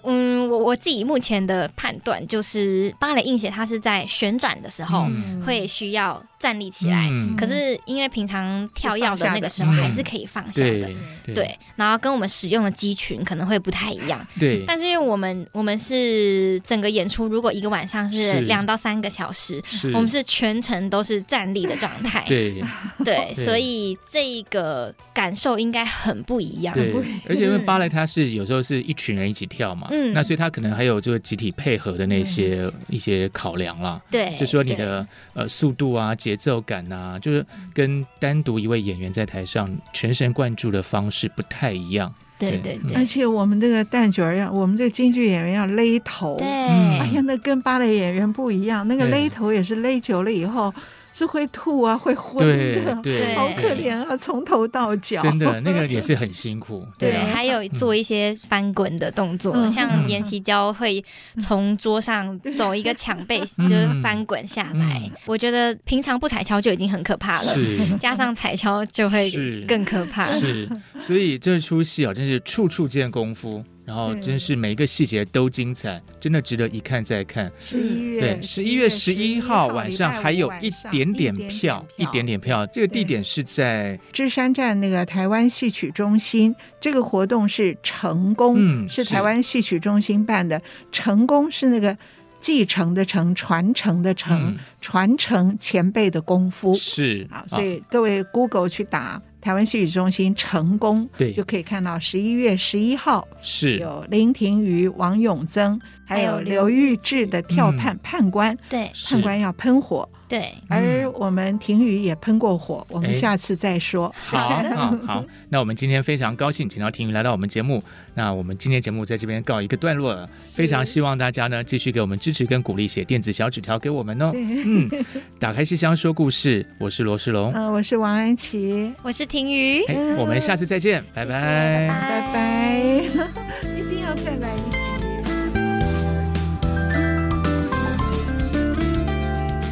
C: 嗯，我我自己目前的判断就是，芭蕾硬鞋它是在旋转的时候
A: 嗯
C: 会需要站立起来，
A: 嗯
C: 可是因为平常跳跃的那个时候
A: 嗯
C: 还是可以放下的。
A: 对
C: 对，然后跟我们使用的肌群可能会不太一样，
A: 对，
C: 但是因为我们我们是整个演出，如果一个晚上
A: 是
C: 是两到三个小时，
A: 是
C: 我们是全程都是站立的状态，
A: 对
C: 对
A: 对
C: 所以这一个感受应该 很不一样。
A: 对
B: 不一，
A: 而且因为芭蕾它是有时候是一群人一起跳嘛，
C: 嗯
A: 那所以它可能还有就是集体配合的那些、一些考量啦，
C: 对，
A: 就说你
C: 对
A: 的呃速度啊、节奏感啊，就是跟单独一位演员在台上全神贯注的方式不太一样。
C: 对
A: 对
C: 对
B: 而
C: 对
B: 且我们这个旦角儿要，我们这个京剧演员要勒头。哎
C: 对
B: 呀，那跟芭蕾演员不一样，那个
A: 对
B: 勒头也是勒久了以后是会吐啊，会昏
A: 对
B: 的，
A: 对，
B: 好可
A: 对
C: 哦
B: 怜啊，从头到脚。
A: 真的那个也是很辛苦。
C: 对，
A: 啊，
C: 还有做一些翻滚的动作，
B: 嗯
C: 像延禧娇会从桌上走一个抢背，就是翻滚下来
A: 嗯。
C: 我觉得平常不踩跷就已经很可怕了，
A: 是
C: 加上踩跷就 会
A: 是
C: 更可怕。
A: 是，所以这出戏啊，真是处处见功夫，然后真是每一个细节都精彩，真的值得一看再看。
B: 十一月
A: 对，十一月十一号晚上还有一点点票，一点点票。这个地
B: 对
A: 点是在
B: 芝山站那个台湾戏曲中心，这个活动是成功，
A: 嗯
B: 是
A: 是
B: 台湾戏曲中心办的。成功是那个继承的承，传承的承，
A: 嗯啊
B: 传承前辈的功夫。
A: 是
B: 好，所以各位 Google 去打台湾戏曲中心成功，
A: 对
B: 就可以看到十一月十一号
A: 是
B: 有林庭瑜、王永增，还有刘玉志的跳判、
A: 嗯
B: 判官，
C: 对
A: 是
B: 判官要喷火，
C: 对，
A: 嗯
B: 而我们庭瑜也喷过火，我们
A: 哎
B: 下次再说。
A: 好啊，好，那我们今天非常高兴请到婷宇来到我们节目，那我们今天节目在这边告一个段落了，非常希望大家呢继续给我们支持跟鼓励，写电子小纸条给我们哦。嗯，打开信箱说故事，我是罗世龙，
B: 嗯、我是王安琪，
C: 我是婷瑜，
A: 哎，我们下次再见，拜
C: 谢谢
A: 拜。
B: 拜拜， 一定要再来一集。